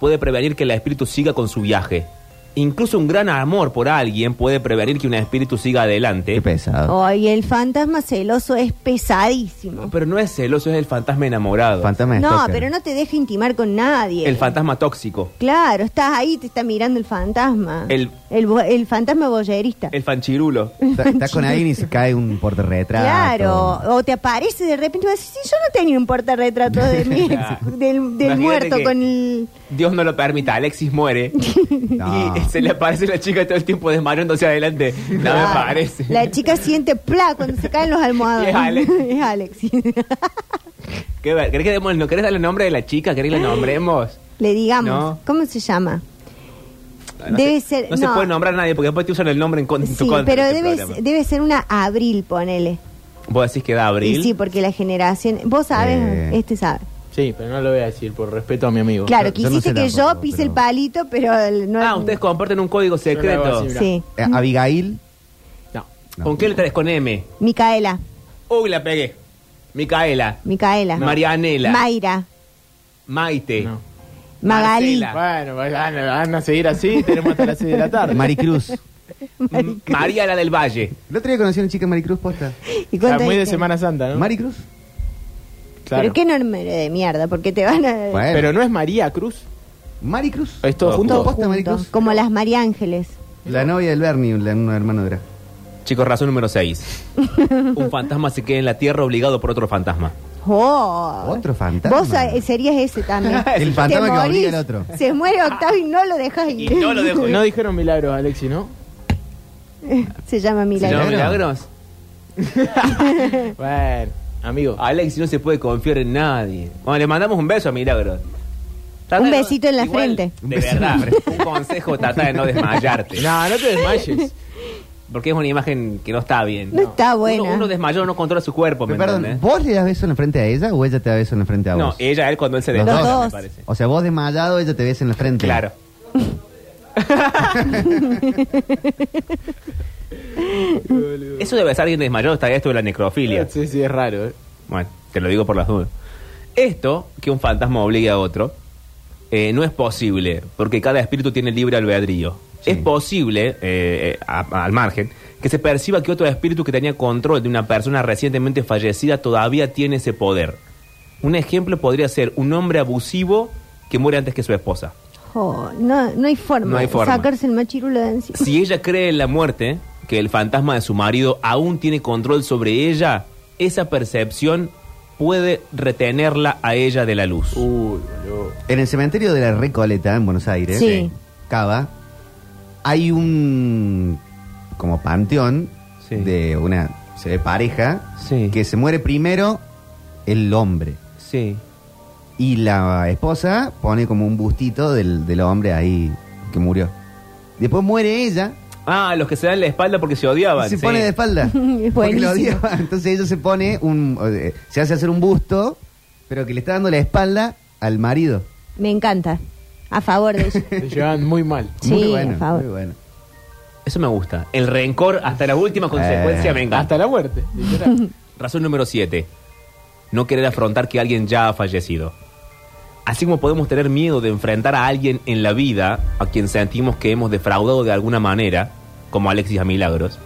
Speaker 3: puede prevenir que el espíritu siga con su viaje. Incluso un gran amor por alguien puede prevenir que un espíritu siga adelante.
Speaker 2: Qué pesado.
Speaker 4: Ay, el fantasma celoso es pesadísimo.
Speaker 3: Pero no es celoso, es el fantasma enamorado.
Speaker 2: Fantasma de
Speaker 4: Oh. No,
Speaker 2: Stalker.
Speaker 4: pero no te deja intimar con nadie.
Speaker 3: el fantasma tóxico.
Speaker 4: Claro, estás ahí, te está mirando el fantasma.
Speaker 3: El-
Speaker 4: bo- el fantasma boyerista.
Speaker 3: El fanchirulo.
Speaker 2: Está- Estás con alguien y se cae un portarretrato.
Speaker 4: Claro, o te aparece de repente y vas a decir, sí, yo no tenía un portarretrato de mi ex- del, del
Speaker 3: Imagínate
Speaker 4: muerto
Speaker 3: que-
Speaker 4: con el...
Speaker 3: Dios no lo permita, Alexis muere.
Speaker 2: No.
Speaker 3: Y se le aparece la chica todo el tiempo desmayándose adelante. No me
Speaker 4: Ah,
Speaker 3: parece.
Speaker 4: La chica siente pla cuando se caen los almohadones.
Speaker 3: Es Alex.
Speaker 4: Es Alex.
Speaker 3: ¿Qué ver- ¿Querés que demos- no querés darle el nombre de la chica? ¿Querés que la nombremos?
Speaker 4: Le digamos,
Speaker 3: No.
Speaker 4: ¿cómo se llama?
Speaker 3: No
Speaker 4: Debe
Speaker 3: se,
Speaker 4: ser-
Speaker 3: No, se
Speaker 4: no.
Speaker 3: puede nombrar a nadie porque después te usan el nombre en, con- en tu
Speaker 4: Sí,
Speaker 3: contra.
Speaker 4: pero
Speaker 3: este
Speaker 4: debe,
Speaker 3: programa.
Speaker 4: debe ser una abril, ponele.
Speaker 3: Vos decís que da abril.
Speaker 4: Y sí, porque la generación... Vos sabes,
Speaker 2: Eh.
Speaker 4: este sabe.
Speaker 5: Sí, pero no lo voy a decir por respeto a mi amigo.
Speaker 4: Claro,
Speaker 2: yo no
Speaker 4: quisiste
Speaker 2: sé
Speaker 4: que
Speaker 2: tampoco,
Speaker 4: yo pise
Speaker 2: pero-
Speaker 4: el palito, pero el- no...
Speaker 3: ah, ustedes comparten un
Speaker 5: Yo
Speaker 3: código
Speaker 5: lo
Speaker 3: secreto.
Speaker 5: hago así.
Speaker 4: Sí.
Speaker 2: Eh, Abigail.
Speaker 5: No.
Speaker 2: No.
Speaker 3: ¿Con qué letra es? Con M.
Speaker 4: Micaela,
Speaker 3: Uy, la pegué. Micaela.
Speaker 4: Micaela.
Speaker 3: Marianela.
Speaker 4: Mayra,
Speaker 3: Maite.
Speaker 5: No.
Speaker 4: Magalí.
Speaker 3: Marcela.
Speaker 5: Bueno, pues, van, a- van a seguir así, tenemos hasta las 6 de la tarde.
Speaker 2: Maricruz.
Speaker 3: M- María la del Valle.
Speaker 2: El otro día conocí a una chica Maricruz posta.
Speaker 4: ¿Y
Speaker 5: O sea,
Speaker 4: cuántas
Speaker 5: muy de
Speaker 4: dicen?
Speaker 5: Semana Santa, ¿no?
Speaker 2: Maricruz.
Speaker 5: Claro.
Speaker 4: este. Pero qué nombre de mierda, porque te van a...
Speaker 2: Bueno.
Speaker 5: Pero no es María Cruz.
Speaker 2: Maricruz.
Speaker 5: ¿Es todo
Speaker 2: No,
Speaker 5: junto?
Speaker 2: posta,
Speaker 4: juntos,
Speaker 2: Maricruz.
Speaker 4: como las María Ángeles.
Speaker 2: La novia del Bernie, la- un hermano de era.
Speaker 3: Chicos, razón número 6. un fantasma se queda en la tierra obligado por otro fantasma.
Speaker 4: Oh.
Speaker 2: Otro fantasma.
Speaker 4: Vos eh, serías ese también.
Speaker 2: El
Speaker 4: Te
Speaker 2: fantasma que
Speaker 4: morís,
Speaker 2: obliga al otro.
Speaker 4: Se muere Octavio y no lo dejas ir.
Speaker 3: dejo
Speaker 5: No dijeron milagros, Alexi, ¿no?
Speaker 4: Se llama
Speaker 3: ¿Se llama
Speaker 4: Milagro.
Speaker 3: Milagros?
Speaker 5: Bueno, amigo.
Speaker 3: Alex no se puede confiar en nadie. Bueno, le mandamos un beso a Milagros. Trata
Speaker 4: Un
Speaker 3: de-
Speaker 4: besito en la
Speaker 3: igual,
Speaker 4: frente.
Speaker 3: De
Speaker 2: Un beso en la
Speaker 3: verdad,
Speaker 2: frente.
Speaker 3: un consejo, trata de no desmayarte.
Speaker 5: No, no te desmayes.
Speaker 3: Porque es una imagen que no está bien.
Speaker 4: No está buena.
Speaker 3: Uno, uno desmayó, no controla su cuerpo, ¿me
Speaker 2: Pero, perdón,
Speaker 3: entendés?
Speaker 2: ¿vos le das beso en la frente a ella o ella te da beso en la frente a
Speaker 3: ¿eh? No,
Speaker 2: vos?
Speaker 3: ella, él cuando él se
Speaker 2: Los
Speaker 3: desmaya,
Speaker 4: dos.
Speaker 3: me parece.
Speaker 2: O sea, vos desmayado, ella te besa en la frente.
Speaker 3: Claro. Eso debe ser alguien desmayado, está esto de la necrofilia.
Speaker 5: Sí, sí, es raro. ¿eh?
Speaker 3: Bueno, te lo digo por las dudas. Esto, que un fantasma obligue a otro, eh, no es posible, porque cada espíritu tiene libre albedrío. Es posible, eh, eh, a- al margen, que se perciba que otro espíritu que tenía control de una persona recientemente fallecida todavía tiene ese poder. Un ejemplo podría ser un hombre abusivo que muere antes que su esposa.
Speaker 4: Oh, no, no hay forma
Speaker 3: No hay
Speaker 4: de
Speaker 3: forma.
Speaker 4: sacarse el machirulo de encima.
Speaker 3: Si ella cree en la muerte, que el fantasma de su marido aún tiene control sobre ella, esa percepción puede retenerla a ella de la luz.
Speaker 5: Uy, boludo.
Speaker 2: En el cementerio de la Recoleta, en Buenos Aires,
Speaker 4: Sí.
Speaker 2: Cava, hay un como panteón
Speaker 3: Sí.
Speaker 2: de una se ve pareja
Speaker 3: Sí.
Speaker 2: que se muere primero el hombre.
Speaker 3: Sí.
Speaker 2: Y la esposa pone como un bustito del, del hombre ahí que murió. Después muere ella
Speaker 3: Ah, los que se dan la espalda porque se odiaban.
Speaker 2: y se
Speaker 3: sí.
Speaker 2: pone de espalda. porque
Speaker 4: buenísimo.
Speaker 2: lo odiaba. Entonces ella se pone un. eh, Se hace hacer un busto, pero que le está dando la espalda al marido.
Speaker 4: Me encanta. A favor de ella.
Speaker 5: Se llevan muy mal.
Speaker 4: Sí,
Speaker 2: muy
Speaker 4: a
Speaker 2: bueno,
Speaker 4: favor.
Speaker 2: muy bueno.
Speaker 3: Eso me gusta. El rencor hasta la última consecuencia
Speaker 2: Eh,
Speaker 3: me encanta.
Speaker 5: Hasta la muerte, literal.
Speaker 3: Razón número 7. No querer afrontar que alguien ya ha fallecido. Así como podemos tener miedo de enfrentar a alguien en la vida a quien sentimos que hemos defraudado de alguna manera, como Alexis a Milagros,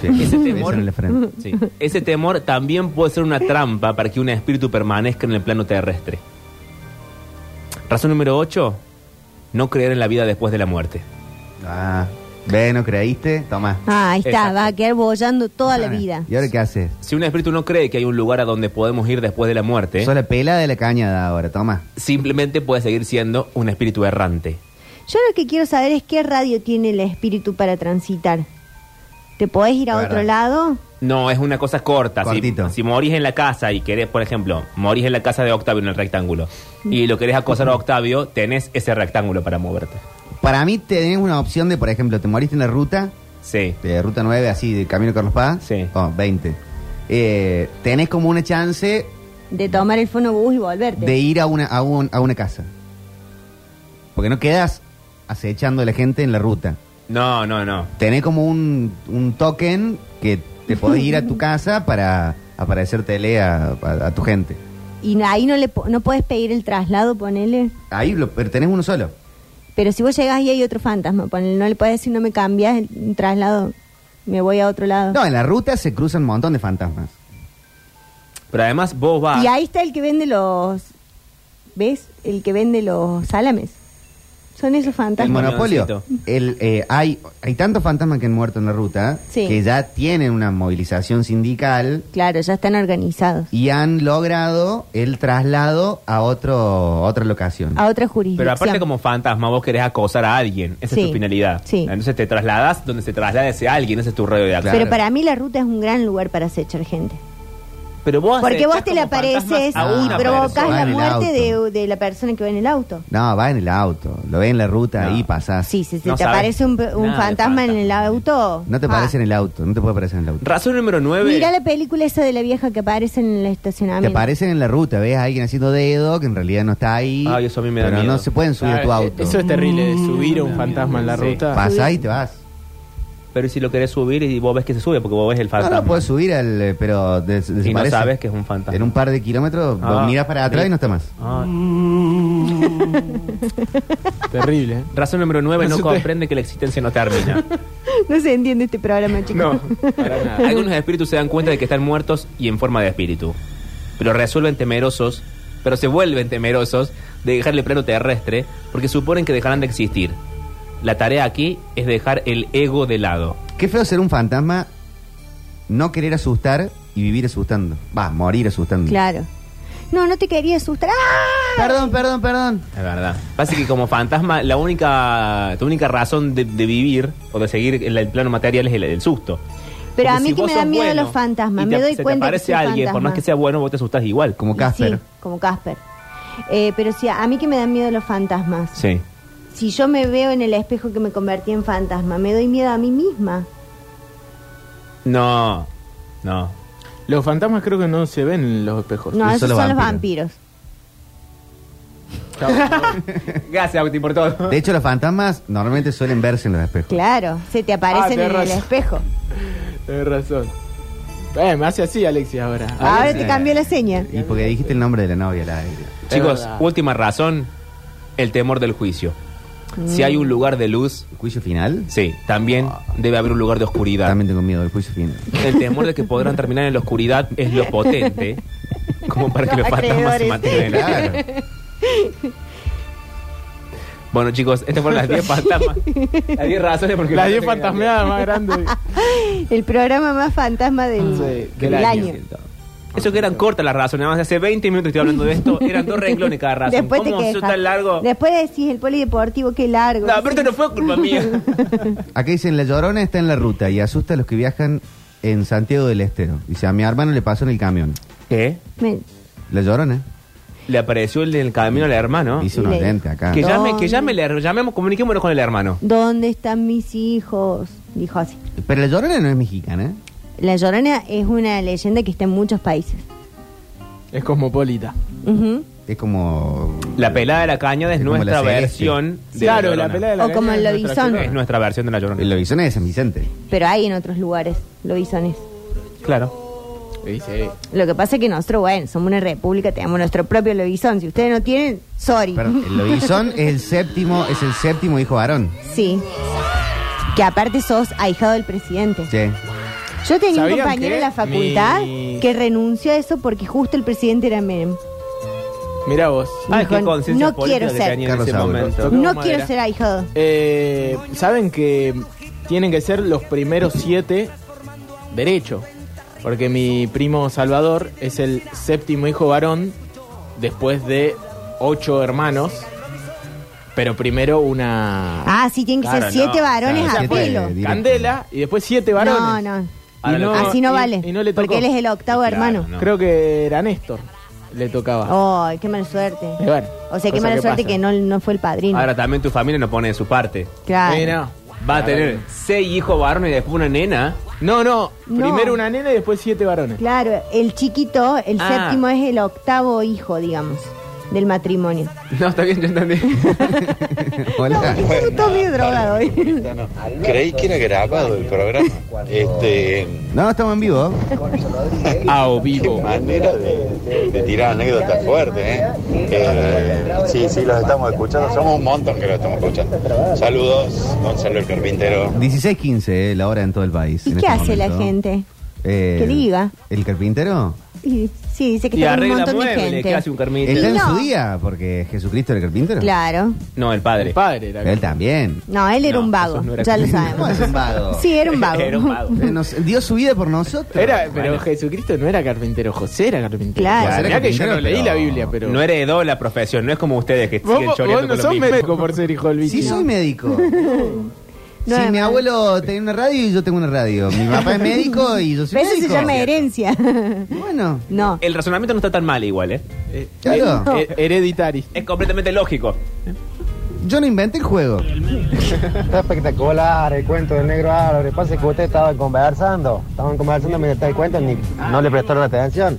Speaker 2: Sí,
Speaker 3: Ese
Speaker 2: beso
Speaker 3: temor-
Speaker 2: en la frente.
Speaker 3: sí, ese temor también puede ser una trampa para que un espíritu permanezca en el plano terrestre. Razón número 8. No creer en la vida después de la muerte.
Speaker 2: Ah, ve, no creíste, toma.
Speaker 4: Ah, ahí está,
Speaker 3: Exacto.
Speaker 4: va a quedar bollando toda
Speaker 2: Ah.
Speaker 4: la vida.
Speaker 2: ¿Y ahora qué haces?
Speaker 3: Si un espíritu no cree que hay un lugar a donde podemos ir después de la muerte,
Speaker 2: Sos la pela de la cañada ahora, toma.
Speaker 3: simplemente puede seguir siendo un espíritu errante.
Speaker 4: Yo lo que quiero saber es qué radio tiene el espíritu para transitar. ¿Te podés ir a
Speaker 2: Claro.
Speaker 4: otro lado?
Speaker 3: No, es una cosa corta. Si,
Speaker 2: Cortito.
Speaker 3: si morís en la casa y querés, por ejemplo, morís en la casa de Octavio en el rectángulo y lo querés acosar a Octavio, tenés ese rectángulo para moverte.
Speaker 2: Para mí tenés una opción de, por ejemplo, te moriste en la ruta,
Speaker 3: Sí.
Speaker 2: de ruta 9, así, de Camino Carlos Paz,
Speaker 3: Sí.
Speaker 2: o 20. Eh, tenés como una chance
Speaker 4: De tomar el fonobús y volverte.
Speaker 2: de ir a una, a, un- a una casa. Porque no quedas acechando a la gente en la ruta.
Speaker 3: No, no, no.
Speaker 2: Tenés como un, un token que te podés ir a tu casa para aparecer tele a, a- a tu gente.
Speaker 4: Y no- ahí no le po- no puedes pedir el traslado, ponele.
Speaker 2: Ahí lo, pero tenés uno solo.
Speaker 4: Pero si vos llegás y hay otro fantasma, ponele, no le puedes decir no me cambias el un traslado, me voy a otro lado.
Speaker 2: No, en la ruta se cruzan un montón de fantasmas.
Speaker 3: Pero además vos vas.
Speaker 4: Y ahí está el que vende los ¿ves? El que vende los salames. Son esos
Speaker 2: El
Speaker 4: fantasmas.
Speaker 2: monopolio.
Speaker 3: camioncito.
Speaker 2: El, eh, hay, hay tantos fantasmas que han muerto en la ruta
Speaker 4: Sí.
Speaker 2: que ya tienen una movilización sindical
Speaker 4: Claro, ya están organizados.
Speaker 2: y han logrado el traslado a otro, otra locación.
Speaker 4: A otra jurisdicción.
Speaker 3: Pero aparte como fantasma vos querés acosar a alguien, esa es
Speaker 4: Sí,
Speaker 3: tu finalidad.
Speaker 4: sí.
Speaker 3: Entonces te trasladas donde se traslada ese alguien, ese es tu radio de acción.
Speaker 4: Pero para mí la ruta es un gran lugar para acechar gente.
Speaker 3: Pero vos
Speaker 4: Porque
Speaker 3: acechás
Speaker 4: vos te le
Speaker 3: como fantasmas
Speaker 4: apareces
Speaker 3: a
Speaker 4: y
Speaker 3: una
Speaker 4: provocas
Speaker 3: persona.
Speaker 2: Va
Speaker 4: la
Speaker 2: Ah, en el
Speaker 4: muerte
Speaker 2: auto.
Speaker 4: de, de la persona que va en el auto.
Speaker 2: No, va en el auto, lo ve en la ruta
Speaker 3: No.
Speaker 2: y pasás.
Speaker 4: Sí, si se
Speaker 3: No
Speaker 4: te
Speaker 3: sabes
Speaker 4: aparece un, un
Speaker 3: nada de
Speaker 4: fantasma, en el
Speaker 3: fantasma.
Speaker 4: auto.
Speaker 2: No te
Speaker 4: ah.
Speaker 2: aparece en el auto, no te puede aparecer en el auto.
Speaker 3: Razón número 9.
Speaker 4: Mira la película esa de la vieja que aparece en el
Speaker 2: Te
Speaker 4: estacionamiento.
Speaker 2: aparecen en la ruta, ves a alguien haciendo dedo que en realidad no está ahí.
Speaker 3: Ay, Ah, eso a mí me da
Speaker 2: pero
Speaker 3: miedo. Ah,
Speaker 2: no se pueden subir a tu
Speaker 5: Claro,
Speaker 2: auto.
Speaker 5: Eso es terrible, subir
Speaker 4: Mm.
Speaker 5: a un fantasma en la
Speaker 3: Sí.
Speaker 5: ruta.
Speaker 2: Pasás y te vas.
Speaker 3: Pero si lo querés subir y vos ves que se sube porque vos ves el
Speaker 2: No,
Speaker 3: fantasma.
Speaker 2: no puedes subir al. eh, Pero des-
Speaker 3: Ah, y no
Speaker 2: desaparece.
Speaker 3: sabes que es un fantasma.
Speaker 2: En un par de kilómetros,
Speaker 3: Ah.
Speaker 2: vos miras para atrás
Speaker 3: Sí.
Speaker 2: y no está más.
Speaker 3: Ah.
Speaker 5: Terrible. ¿eh?
Speaker 3: Razón número 9 no
Speaker 5: Eso te-
Speaker 3: comprende que la existencia no termina. Ah,
Speaker 4: No se entiende este programa, chicos.
Speaker 5: No, para nada.
Speaker 3: Algunos espíritus se dan cuenta de que están muertos y en forma de espíritu. Pero resuelven temerosos, pero se vuelven temerosos de dejar el plano terrestre porque suponen que dejarán de existir. La tarea aquí es dejar el ego de lado.
Speaker 2: Qué feo ser un fantasma, no querer asustar y vivir asustando. Va, morir asustando.
Speaker 4: Claro. No, no te quería asustar. ¡Ah!
Speaker 2: Perdón, perdón, perdón.
Speaker 3: Es verdad. Pasa que como fantasma, la única, tu única razón de, de vivir o de seguir el, el plano material es el, el susto.
Speaker 4: Pero a
Speaker 3: Porque
Speaker 4: mí que
Speaker 3: vos
Speaker 4: me dan
Speaker 3: sos
Speaker 4: miedo
Speaker 3: bueno
Speaker 4: los fantasmas,
Speaker 3: y
Speaker 4: me
Speaker 3: te-
Speaker 4: doy
Speaker 3: se
Speaker 4: cuenta que
Speaker 3: te aparece
Speaker 4: soy
Speaker 3: alguien, por
Speaker 4: fantasma.
Speaker 3: más que sea bueno, vos te asustás igual.
Speaker 2: Como
Speaker 4: Y
Speaker 2: Casper.
Speaker 4: sí, como Casper. Eh, pero si a, a mí que me dan miedo los fantasmas.
Speaker 3: Sí.
Speaker 4: Si yo me veo en el espejo que me convertí en fantasma, me doy miedo a mí misma.
Speaker 3: No, no.
Speaker 5: Los fantasmas creo que no se ven en los espejos.
Speaker 4: No,
Speaker 2: Y
Speaker 4: esos
Speaker 2: solo
Speaker 4: son los
Speaker 2: vampiros.
Speaker 4: vampiros.
Speaker 3: Gracias, Agustín, por todo.
Speaker 2: De hecho, los fantasmas normalmente suelen verse en los espejos.
Speaker 4: Claro, se te aparecen
Speaker 5: Ah, tenés
Speaker 4: en el
Speaker 5: razón.
Speaker 4: espejo.
Speaker 5: Tienes razón. Eh, me hace así, Alexis, ahora.
Speaker 4: Ahora
Speaker 2: sí.
Speaker 4: Ah, te cambió la seña.
Speaker 2: eh, Y porque dijiste el nombre de la novia, la aire.
Speaker 3: Chicos,
Speaker 5: verdad.
Speaker 3: última razón, el temor del juicio. Si
Speaker 4: Mm.
Speaker 3: hay un lugar de luz,
Speaker 2: ¿El juicio final?
Speaker 3: sí, también debe haber un lugar de oscuridad.
Speaker 2: También tengo miedo del juicio final.
Speaker 3: El temor de que podrán terminar en la oscuridad es lo potente como para que
Speaker 4: Los
Speaker 3: los fantasmas
Speaker 4: acreedores.
Speaker 3: se mantengan en la
Speaker 2: Claro.
Speaker 3: Bueno, chicos, estas fueron las 10 fantasmas. Las 10 razones porque
Speaker 5: Las 10 fantasmeadas más grandes.
Speaker 4: El programa más fantasma del,
Speaker 5: Sí,
Speaker 4: del
Speaker 5: del
Speaker 4: año.
Speaker 3: Eso que eran cortas las razones, nada más hace 20 minutos estoy hablando de esto, eran dos renglones cada razón.
Speaker 4: Después te
Speaker 3: ¿Cómo
Speaker 4: quejas.
Speaker 3: son tan largo?
Speaker 4: Después decís el polideportivo, qué largo.
Speaker 3: No, pero esto no fue culpa mía.
Speaker 2: Acá dicen, la llorona está en la ruta y asusta a los que viajan en Santiago del Estero. Dice, a mi hermano le pasó en el camión.
Speaker 3: ¿Qué?
Speaker 4: Me-
Speaker 2: La llorona.
Speaker 3: Le apareció el del camino al hermano.
Speaker 2: Hizo unos
Speaker 4: Le-
Speaker 2: dentes acá.
Speaker 3: Que
Speaker 4: No.
Speaker 3: llame, que llame, le- llamemos, comuniquémonos con el hermano.
Speaker 4: ¿Dónde están mis hijos? Dijo así.
Speaker 2: Pero la llorona no es mexicana.
Speaker 4: La Llorona es una leyenda que está en muchos países.
Speaker 5: Es cosmopolita.
Speaker 4: Ujú.
Speaker 2: Es como...
Speaker 3: La pelada de la caña es,
Speaker 2: Es como
Speaker 3: nuestra
Speaker 2: la celeste.
Speaker 3: versión de
Speaker 5: claro, la,
Speaker 3: Llorona.
Speaker 5: pelea de la
Speaker 4: O como
Speaker 5: gallina
Speaker 4: el
Speaker 5: es nuestra
Speaker 4: lobizón.
Speaker 5: color.
Speaker 3: Es nuestra versión de la llorona.
Speaker 2: El Obisón es de San Vicente.
Speaker 4: Pero hay en otros lugares lobisones.
Speaker 3: Claro.
Speaker 5: Sí, sí.
Speaker 4: Lo que pasa es que nosotros, bueno, somos una república, tenemos nuestro propio lobizón. Si ustedes no tienen, sorry.
Speaker 2: Perdón, el Obisón es el séptimo, es el séptimo hijo varón.
Speaker 4: Sí. Que aparte sos ahijado del presidente.
Speaker 2: Sí.
Speaker 4: Yo tenía un
Speaker 5: ¿Sabían
Speaker 4: compañero
Speaker 5: que
Speaker 4: en la facultad
Speaker 5: mi-
Speaker 4: que renunció a eso porque justo el presidente era Menem.
Speaker 5: Mirá vos.
Speaker 3: Ay,
Speaker 4: Dijo,
Speaker 3: qué conciencia
Speaker 4: no
Speaker 3: política
Speaker 4: quiero
Speaker 3: que
Speaker 4: ser.
Speaker 3: tenía en
Speaker 2: Carlos
Speaker 3: ese
Speaker 2: Saura.
Speaker 3: momento.
Speaker 5: Toquemos
Speaker 4: No
Speaker 5: madera.
Speaker 4: quiero ser ahijado.
Speaker 5: Eh, Saben que tienen que ser los primeros siete derecho. Porque mi primo Salvador es el séptimo hijo varón después de ocho hermanos. Pero primero una
Speaker 4: Ah, sí, tienen que
Speaker 5: Claro,
Speaker 4: ser siete
Speaker 5: no,
Speaker 4: varones
Speaker 2: claro,
Speaker 4: a
Speaker 2: siete
Speaker 4: pelo.
Speaker 2: de-
Speaker 5: candela y después siete
Speaker 4: No,
Speaker 5: varones.
Speaker 4: no.
Speaker 5: Y
Speaker 4: Así no
Speaker 5: y-
Speaker 4: vale.
Speaker 5: y no le
Speaker 4: porque
Speaker 5: tocó.
Speaker 4: él es el Oh, octavo
Speaker 3: Claro,
Speaker 4: hermano.
Speaker 3: no.
Speaker 5: Creo que era Néstor. Le tocaba.
Speaker 4: Ay, qué mala suerte.
Speaker 5: Y bueno,
Speaker 4: O sea, qué
Speaker 5: cosa
Speaker 4: mala suerte
Speaker 5: pasa.
Speaker 4: que no, no fue el padrino.
Speaker 3: Ahora también tu familia no pone de su parte.
Speaker 4: claro.
Speaker 5: Eh, no.
Speaker 3: Va a tener seis hijos varones y después una nena.
Speaker 5: No, no.
Speaker 4: No.
Speaker 5: Primero una nena y después siete varones.
Speaker 4: Claro, el chiquito, el
Speaker 3: Ah.
Speaker 4: séptimo es el octavo hijo, digamos, del matrimonio.
Speaker 3: No, está bien, yo entendí.
Speaker 2: Hola.
Speaker 4: Estamos todos medio drogados hoy.
Speaker 8: Creí que era grabado el programa. Este,
Speaker 2: No, estamos en vivo.
Speaker 3: Ah,
Speaker 5: A o
Speaker 8: qué
Speaker 5: vivo.
Speaker 8: manera de, de tirar anécdotas fuertes, ¿eh? Eh, Sí, sí, los estamos escuchando. Somos un montón que los estamos escuchando. Saludos, Gonzalo el Carpintero.
Speaker 2: 16.15 eh, la hora en todo el país.
Speaker 4: ¿Y
Speaker 2: en
Speaker 4: qué
Speaker 2: este
Speaker 4: hace la
Speaker 2: momento.
Speaker 4: gente?
Speaker 2: Eh,
Speaker 4: Que diga.
Speaker 2: ¿El carpintero?
Speaker 4: Y- sí, dice que
Speaker 3: Y
Speaker 4: está con un
Speaker 3: arregla
Speaker 4: montón de
Speaker 3: muebles, que hace
Speaker 4: gente.
Speaker 3: un carmín.
Speaker 2: Está en
Speaker 4: No.
Speaker 2: su día, porque Jesucristo era el carpintero.
Speaker 4: Claro.
Speaker 3: No, el padre.
Speaker 5: El padre era.
Speaker 2: Él también.
Speaker 4: No, él era
Speaker 3: No,
Speaker 4: un vago,
Speaker 3: Jesús no era
Speaker 4: ya lo
Speaker 2: cristiano.
Speaker 4: sabemos.
Speaker 2: ¿Cómo es un vago?
Speaker 4: Sí, era un vago.
Speaker 3: Era un vago.
Speaker 2: Eh, nos- dio su vida por nosotros.
Speaker 5: Era- pero Jesucristo no era carpintero, José era carpintero.
Speaker 4: Claro.
Speaker 5: Mirá
Speaker 4: Era
Speaker 5: que yo
Speaker 2: carpintero,
Speaker 5: no leí
Speaker 2: pero-
Speaker 5: la Biblia, pero.
Speaker 3: No heredó la profesión, no es como ustedes que
Speaker 5: Vos,
Speaker 3: siguen
Speaker 5: vos
Speaker 3: choreando
Speaker 5: no
Speaker 3: con lo
Speaker 5: sos
Speaker 3: mismo.
Speaker 5: médico por ser hijo del bicho.
Speaker 2: Sí, soy médico.
Speaker 4: No,
Speaker 2: sí, mi
Speaker 4: además-
Speaker 2: abuelo tenía una radio y yo tengo una radio. Mi papá es médico y yo soy
Speaker 4: Pero eso se
Speaker 2: médico.
Speaker 4: llama herencia.
Speaker 2: Bueno,
Speaker 4: No.
Speaker 3: El razonamiento no está tan mal igual, ¿eh?
Speaker 5: Eh,
Speaker 2: claro.
Speaker 4: No.
Speaker 5: eh, hereditari.
Speaker 3: Es completamente lógico.
Speaker 2: Yo no inventé el juego.
Speaker 9: Está espectacular el cuento del negro árabe. Pasa que ustedes estaban conversando. Estaban conversando mientras tal cuento ni no le prestaron atención.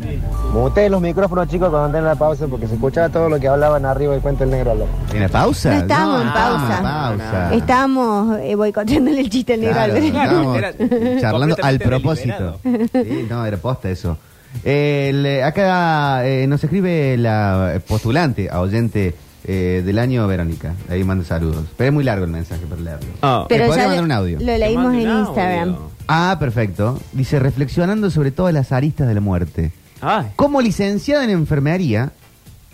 Speaker 9: Muteen los micrófonos, chicos, cuando den la pausa porque se escuchaba todo lo que hablaban arriba del cuento del negro árabe.
Speaker 2: ¿En la pausa?
Speaker 4: No estábamos en
Speaker 2: estábamos
Speaker 4: pausa.
Speaker 2: en pausa.
Speaker 4: Estábamos eh, boicoteándole el chiste al negro
Speaker 2: Claro,
Speaker 4: Alberto.
Speaker 2: estábamos
Speaker 3: Era
Speaker 2: charlando al
Speaker 3: completamente
Speaker 2: propósito. Sí, no, era posta eso. El, eh, acá eh, nos escribe la postulante a oyente eh, del año Verónica. Ahí manda saludos. Pero es muy largo el mensaje para leerlo.
Speaker 3: Ah.
Speaker 2: ¿Me podría
Speaker 4: lo-
Speaker 2: mandar un audio?
Speaker 4: lo leímos en Instagram.
Speaker 2: Ah, perfecto. Dice, reflexionando sobre todas las aristas de la muerte.
Speaker 3: Ay.
Speaker 2: Como licenciada en enfermería,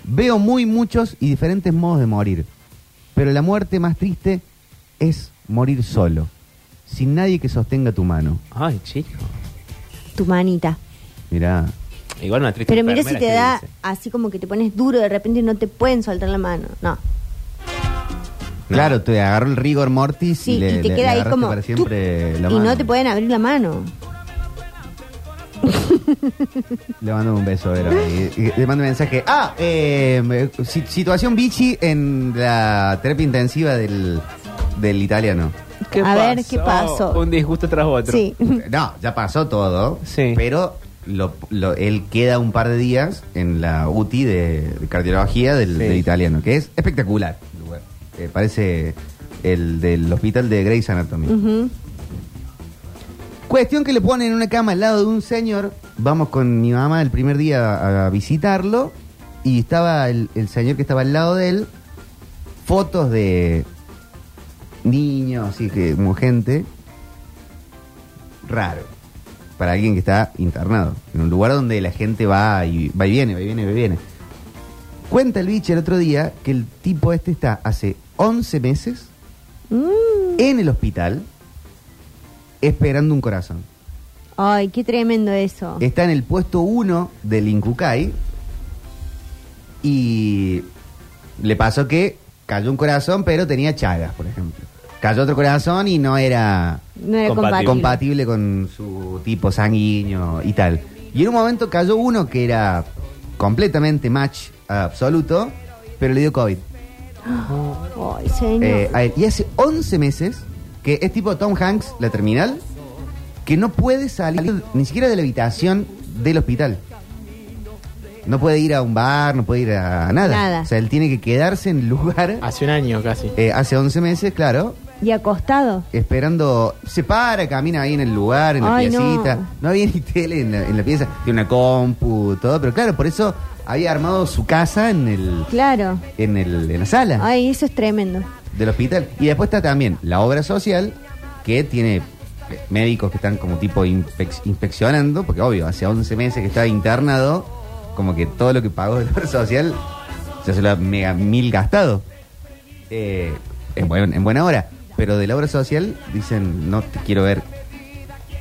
Speaker 2: veo muy muchos y diferentes modos de morir. Pero la muerte más triste es morir solo, sin nadie que sostenga tu mano.
Speaker 3: Ay, chico.
Speaker 4: Tu manita.
Speaker 2: Mirá.
Speaker 3: Igual una triste
Speaker 4: Pero mira si
Speaker 3: enfermera
Speaker 4: te
Speaker 3: que
Speaker 4: da
Speaker 3: dice.
Speaker 4: así como que te pones duro de repente y no te pueden soltar la mano. No.
Speaker 2: Claro, te agarró el rigor mortis
Speaker 4: Sí,
Speaker 2: y, le,
Speaker 4: y te
Speaker 2: le-
Speaker 4: queda
Speaker 2: le
Speaker 4: ahí
Speaker 2: agarraste
Speaker 4: como.
Speaker 2: para siempre
Speaker 4: ¡tuc!
Speaker 2: la
Speaker 4: y
Speaker 2: mano.
Speaker 4: no te pueden abrir la mano.
Speaker 2: Le mando un beso, Vero. y- y le mando un mensaje. Ah, eh, me- si- situación bichi en la terapia intensiva del, del italiano.
Speaker 3: ¿Qué
Speaker 4: A ver, ¿qué pasó?
Speaker 3: Un disgusto tras otro.
Speaker 4: Sí.
Speaker 2: No, ya pasó todo.
Speaker 3: Sí.
Speaker 2: Pero lo- lo- él queda un par de días en la UTI de, de cardiología del, del italiano, que es espectacular. el lugar. Eh, parece el del hospital de Grey's Anatomy.
Speaker 4: Ujú.
Speaker 2: Cuestión que le ponen en una cama al lado de un señor. Vamos con mi mamá el primer día a, a visitarlo. Y estaba el, el señor que estaba al lado de él. Fotos de niños, así que como gente. Raro. Para alguien que está internado. En un lugar donde la gente va y, va y viene, va y viene, va y viene. Cuenta el bicho el otro día que el tipo este está hace 11 meses en el hospital esperando un corazón.
Speaker 4: Ay, qué tremendo eso.
Speaker 2: Está en el puesto 1 del Incucay y le pasó que cayó un corazón, pero tenía chagas, por ejemplo. Cayó otro corazón y no era
Speaker 4: No era
Speaker 3: Compatible.
Speaker 2: compatible
Speaker 4: compatible.
Speaker 2: con su tipo sanguíneo y tal. Y en un momento cayó uno que era completamente match absoluto, pero le dio COVID.
Speaker 4: Ay, señor.
Speaker 2: Eh, a ver, y hace 11 meses que es tipo Tom Hanks, la terminal, que no puede salir ni siquiera de la habitación del hospital. No puede ir a un bar, no puede ir a nada.
Speaker 4: Nada.
Speaker 2: O sea, él tiene que quedarse en el lugar
Speaker 5: Hace un año casi.
Speaker 2: eh, hace 11 meses, claro,
Speaker 4: y acostado.
Speaker 2: esperando. Se para, camina ahí en el lugar, en la
Speaker 4: Ay, no.
Speaker 2: piecita. No. había ni tele en la, en la pieza. Tiene una compu, todo, pero claro, por eso había armado su casa en el,
Speaker 4: Claro.
Speaker 2: en el, en la
Speaker 5: Ah.
Speaker 2: sala
Speaker 4: Ay, eso es tremendo.
Speaker 2: del hospital. Y después está también la obra social, que tiene eh, médicos que están como tipo inspec- inspeccionando, porque obvio, hace 11 meses que estaba internado, como que todo lo que pagó de la obra social ya se lo ha mega mil gastado. Eh, en, buen- en buena hora. Pero de la obra social dicen, no te quiero ver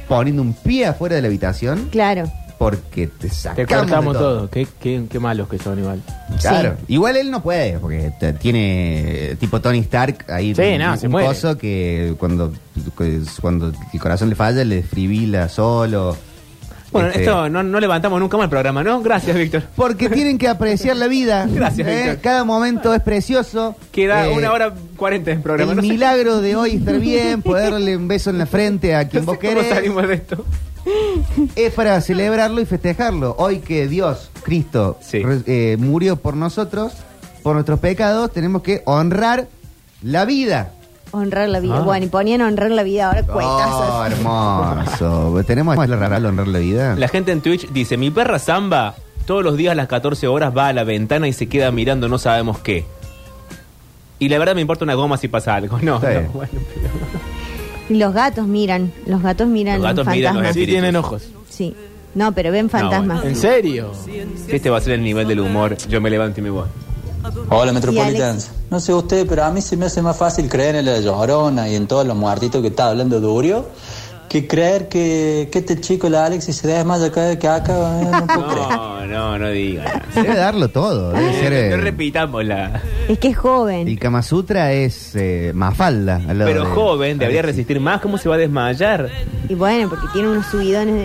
Speaker 2: poniendo un pie afuera de la habitación
Speaker 4: Claro.
Speaker 2: porque te sacamos.
Speaker 5: Te
Speaker 2: de
Speaker 5: cortamos
Speaker 2: todo.
Speaker 5: todo. Qué, qué- qué malos que son igual.
Speaker 2: Claro. Igual él no puede, porque te- tiene eh, tipo Tony Stark ahí.
Speaker 5: Sí, no, se muere.
Speaker 2: coso que cuando, que es- cuando el corazón le falla, le desfibila solo.
Speaker 3: Bueno,
Speaker 2: Este,
Speaker 3: esto no, no levantamos nunca más el programa, ¿no? Gracias, Víctor.
Speaker 2: Porque tienen que apreciar la vida.
Speaker 3: Gracias,
Speaker 2: ¿eh?
Speaker 3: Víctor.
Speaker 2: Cada momento es precioso.
Speaker 3: Queda
Speaker 2: Eh,
Speaker 3: una hora cuarenta en programa.
Speaker 2: El
Speaker 3: no sé-
Speaker 2: milagro de hoy estar bien, poder darle un beso en la frente a
Speaker 3: no
Speaker 2: quien
Speaker 3: sé
Speaker 2: vos
Speaker 3: ¿Cómo
Speaker 2: querés,
Speaker 3: salimos de esto?
Speaker 2: es para celebrarlo y festejarlo. Hoy que Dios, Cristo,
Speaker 3: Sí.
Speaker 2: re- eh, murió por nosotros, por nuestros pecados, tenemos que honrar la vida.
Speaker 4: Honrar la
Speaker 3: Ah.
Speaker 4: vida. Bueno, y ponían honrar la vida ahora
Speaker 2: Oh,
Speaker 4: cuetazos.
Speaker 2: hermoso. Tenemos la rara honrar la vida.
Speaker 3: La gente en Twitch dice, mi perra Zamba todos los días a las 14 horas va a la ventana y se queda mirando no sabemos qué. Y la verdad me importa una goma si pasa algo. No,
Speaker 2: Está
Speaker 3: no,
Speaker 2: bien.
Speaker 3: bueno.
Speaker 4: Y los gatos miran. Los gatos miran
Speaker 3: Los gatos miran los
Speaker 4: fantasmas.
Speaker 5: Sí,
Speaker 3: espíritus.
Speaker 5: tienen ojos.
Speaker 4: sí. No, pero ven fantasmas.
Speaker 5: ¿En serio?
Speaker 3: Este va a ser el nivel del humor. Yo me levanto y me voy.
Speaker 10: Hola
Speaker 4: Metropolitans.
Speaker 10: No sé usted, pero a mí se me hace más fácil creer en la llorona y en todos los muertitos que está hablando Durio que creer que, que este chico, el Alexis, se desmaya cada vez que acá. eh,
Speaker 3: No, no, no digan.
Speaker 2: Debe darlo todo. Debe ser, eh,
Speaker 3: No repitamos la...
Speaker 4: Es que es joven.
Speaker 2: el Kama Sutra es eh, Mafalda. al lado
Speaker 3: Pero
Speaker 2: de-
Speaker 3: joven, debería resistir más. ¿Cómo se va a desmayar?
Speaker 4: Y bueno, porque tiene unos subidones de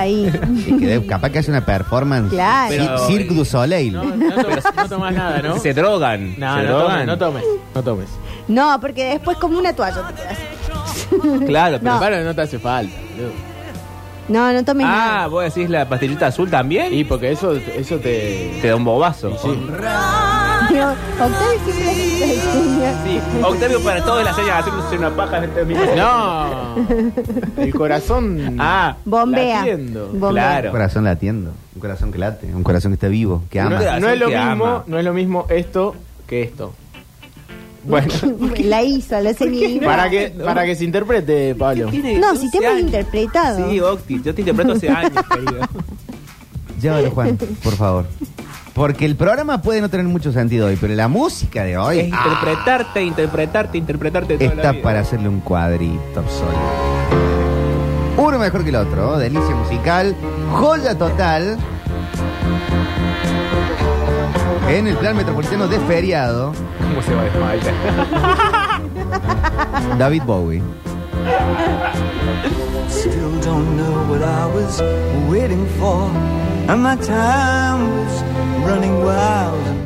Speaker 4: ahí.
Speaker 2: Y que de- capaz que hace una performance.
Speaker 4: Claro.
Speaker 2: Cir-
Speaker 3: Pero-
Speaker 2: Cirque du Soleil.
Speaker 5: No, no, tomas, no tomas nada, Ah, ¿no?
Speaker 3: Se drogan.
Speaker 5: No,
Speaker 3: se
Speaker 5: no tomes,
Speaker 3: drogan.
Speaker 5: no tomes. No tomes.
Speaker 4: No, porque después como una toalla te quedas.
Speaker 3: Claro, pero...
Speaker 4: No.
Speaker 5: Claro, no te hace falta. boludo.
Speaker 4: No, no tomes
Speaker 3: Ah,
Speaker 4: nada.
Speaker 3: vos decís la pastillita azul también.
Speaker 5: Y
Speaker 3: Y
Speaker 5: porque eso, eso te...
Speaker 3: te da un bobazo.
Speaker 5: Sí.
Speaker 4: No, Octavio siempre hace esta seña.
Speaker 3: Sí, Octavio para todas las señas haciéndose una paja en este mismo.
Speaker 5: No. El corazón...
Speaker 3: Ah,
Speaker 4: Bombea.
Speaker 5: latiendo.
Speaker 4: Bombea.
Speaker 2: Un
Speaker 3: claro.
Speaker 2: corazón latiendo. Un corazón que late. Un corazón que está vivo. Que ama.
Speaker 3: Una-
Speaker 5: No es lo
Speaker 3: que ama.
Speaker 5: mismo, no es lo mismo esto que esto. Bueno,
Speaker 4: La hizo, la señorita.
Speaker 5: para que para que se interprete, Pablo.
Speaker 4: No, si te hemos interpretado.
Speaker 3: Sí, Octi, yo te interpreto hace años, querido.
Speaker 2: Llévalo, Juan, por favor. Porque el programa puede no tener mucho sentido hoy, pero la música de hoy
Speaker 3: Es interpretarte, interpretarte, interpretarte
Speaker 2: ah,
Speaker 3: toda la
Speaker 2: está
Speaker 3: vida.
Speaker 2: para hacerle un cuadrito solo. Uno mejor que el otro, ¿oh? delicia musical, joya total. En el plan metropolitano de feriado,
Speaker 3: ¿Cómo se va a desmayar?
Speaker 2: David Bowie.
Speaker 10: Still don't know what I was waiting for, and my time was running wild.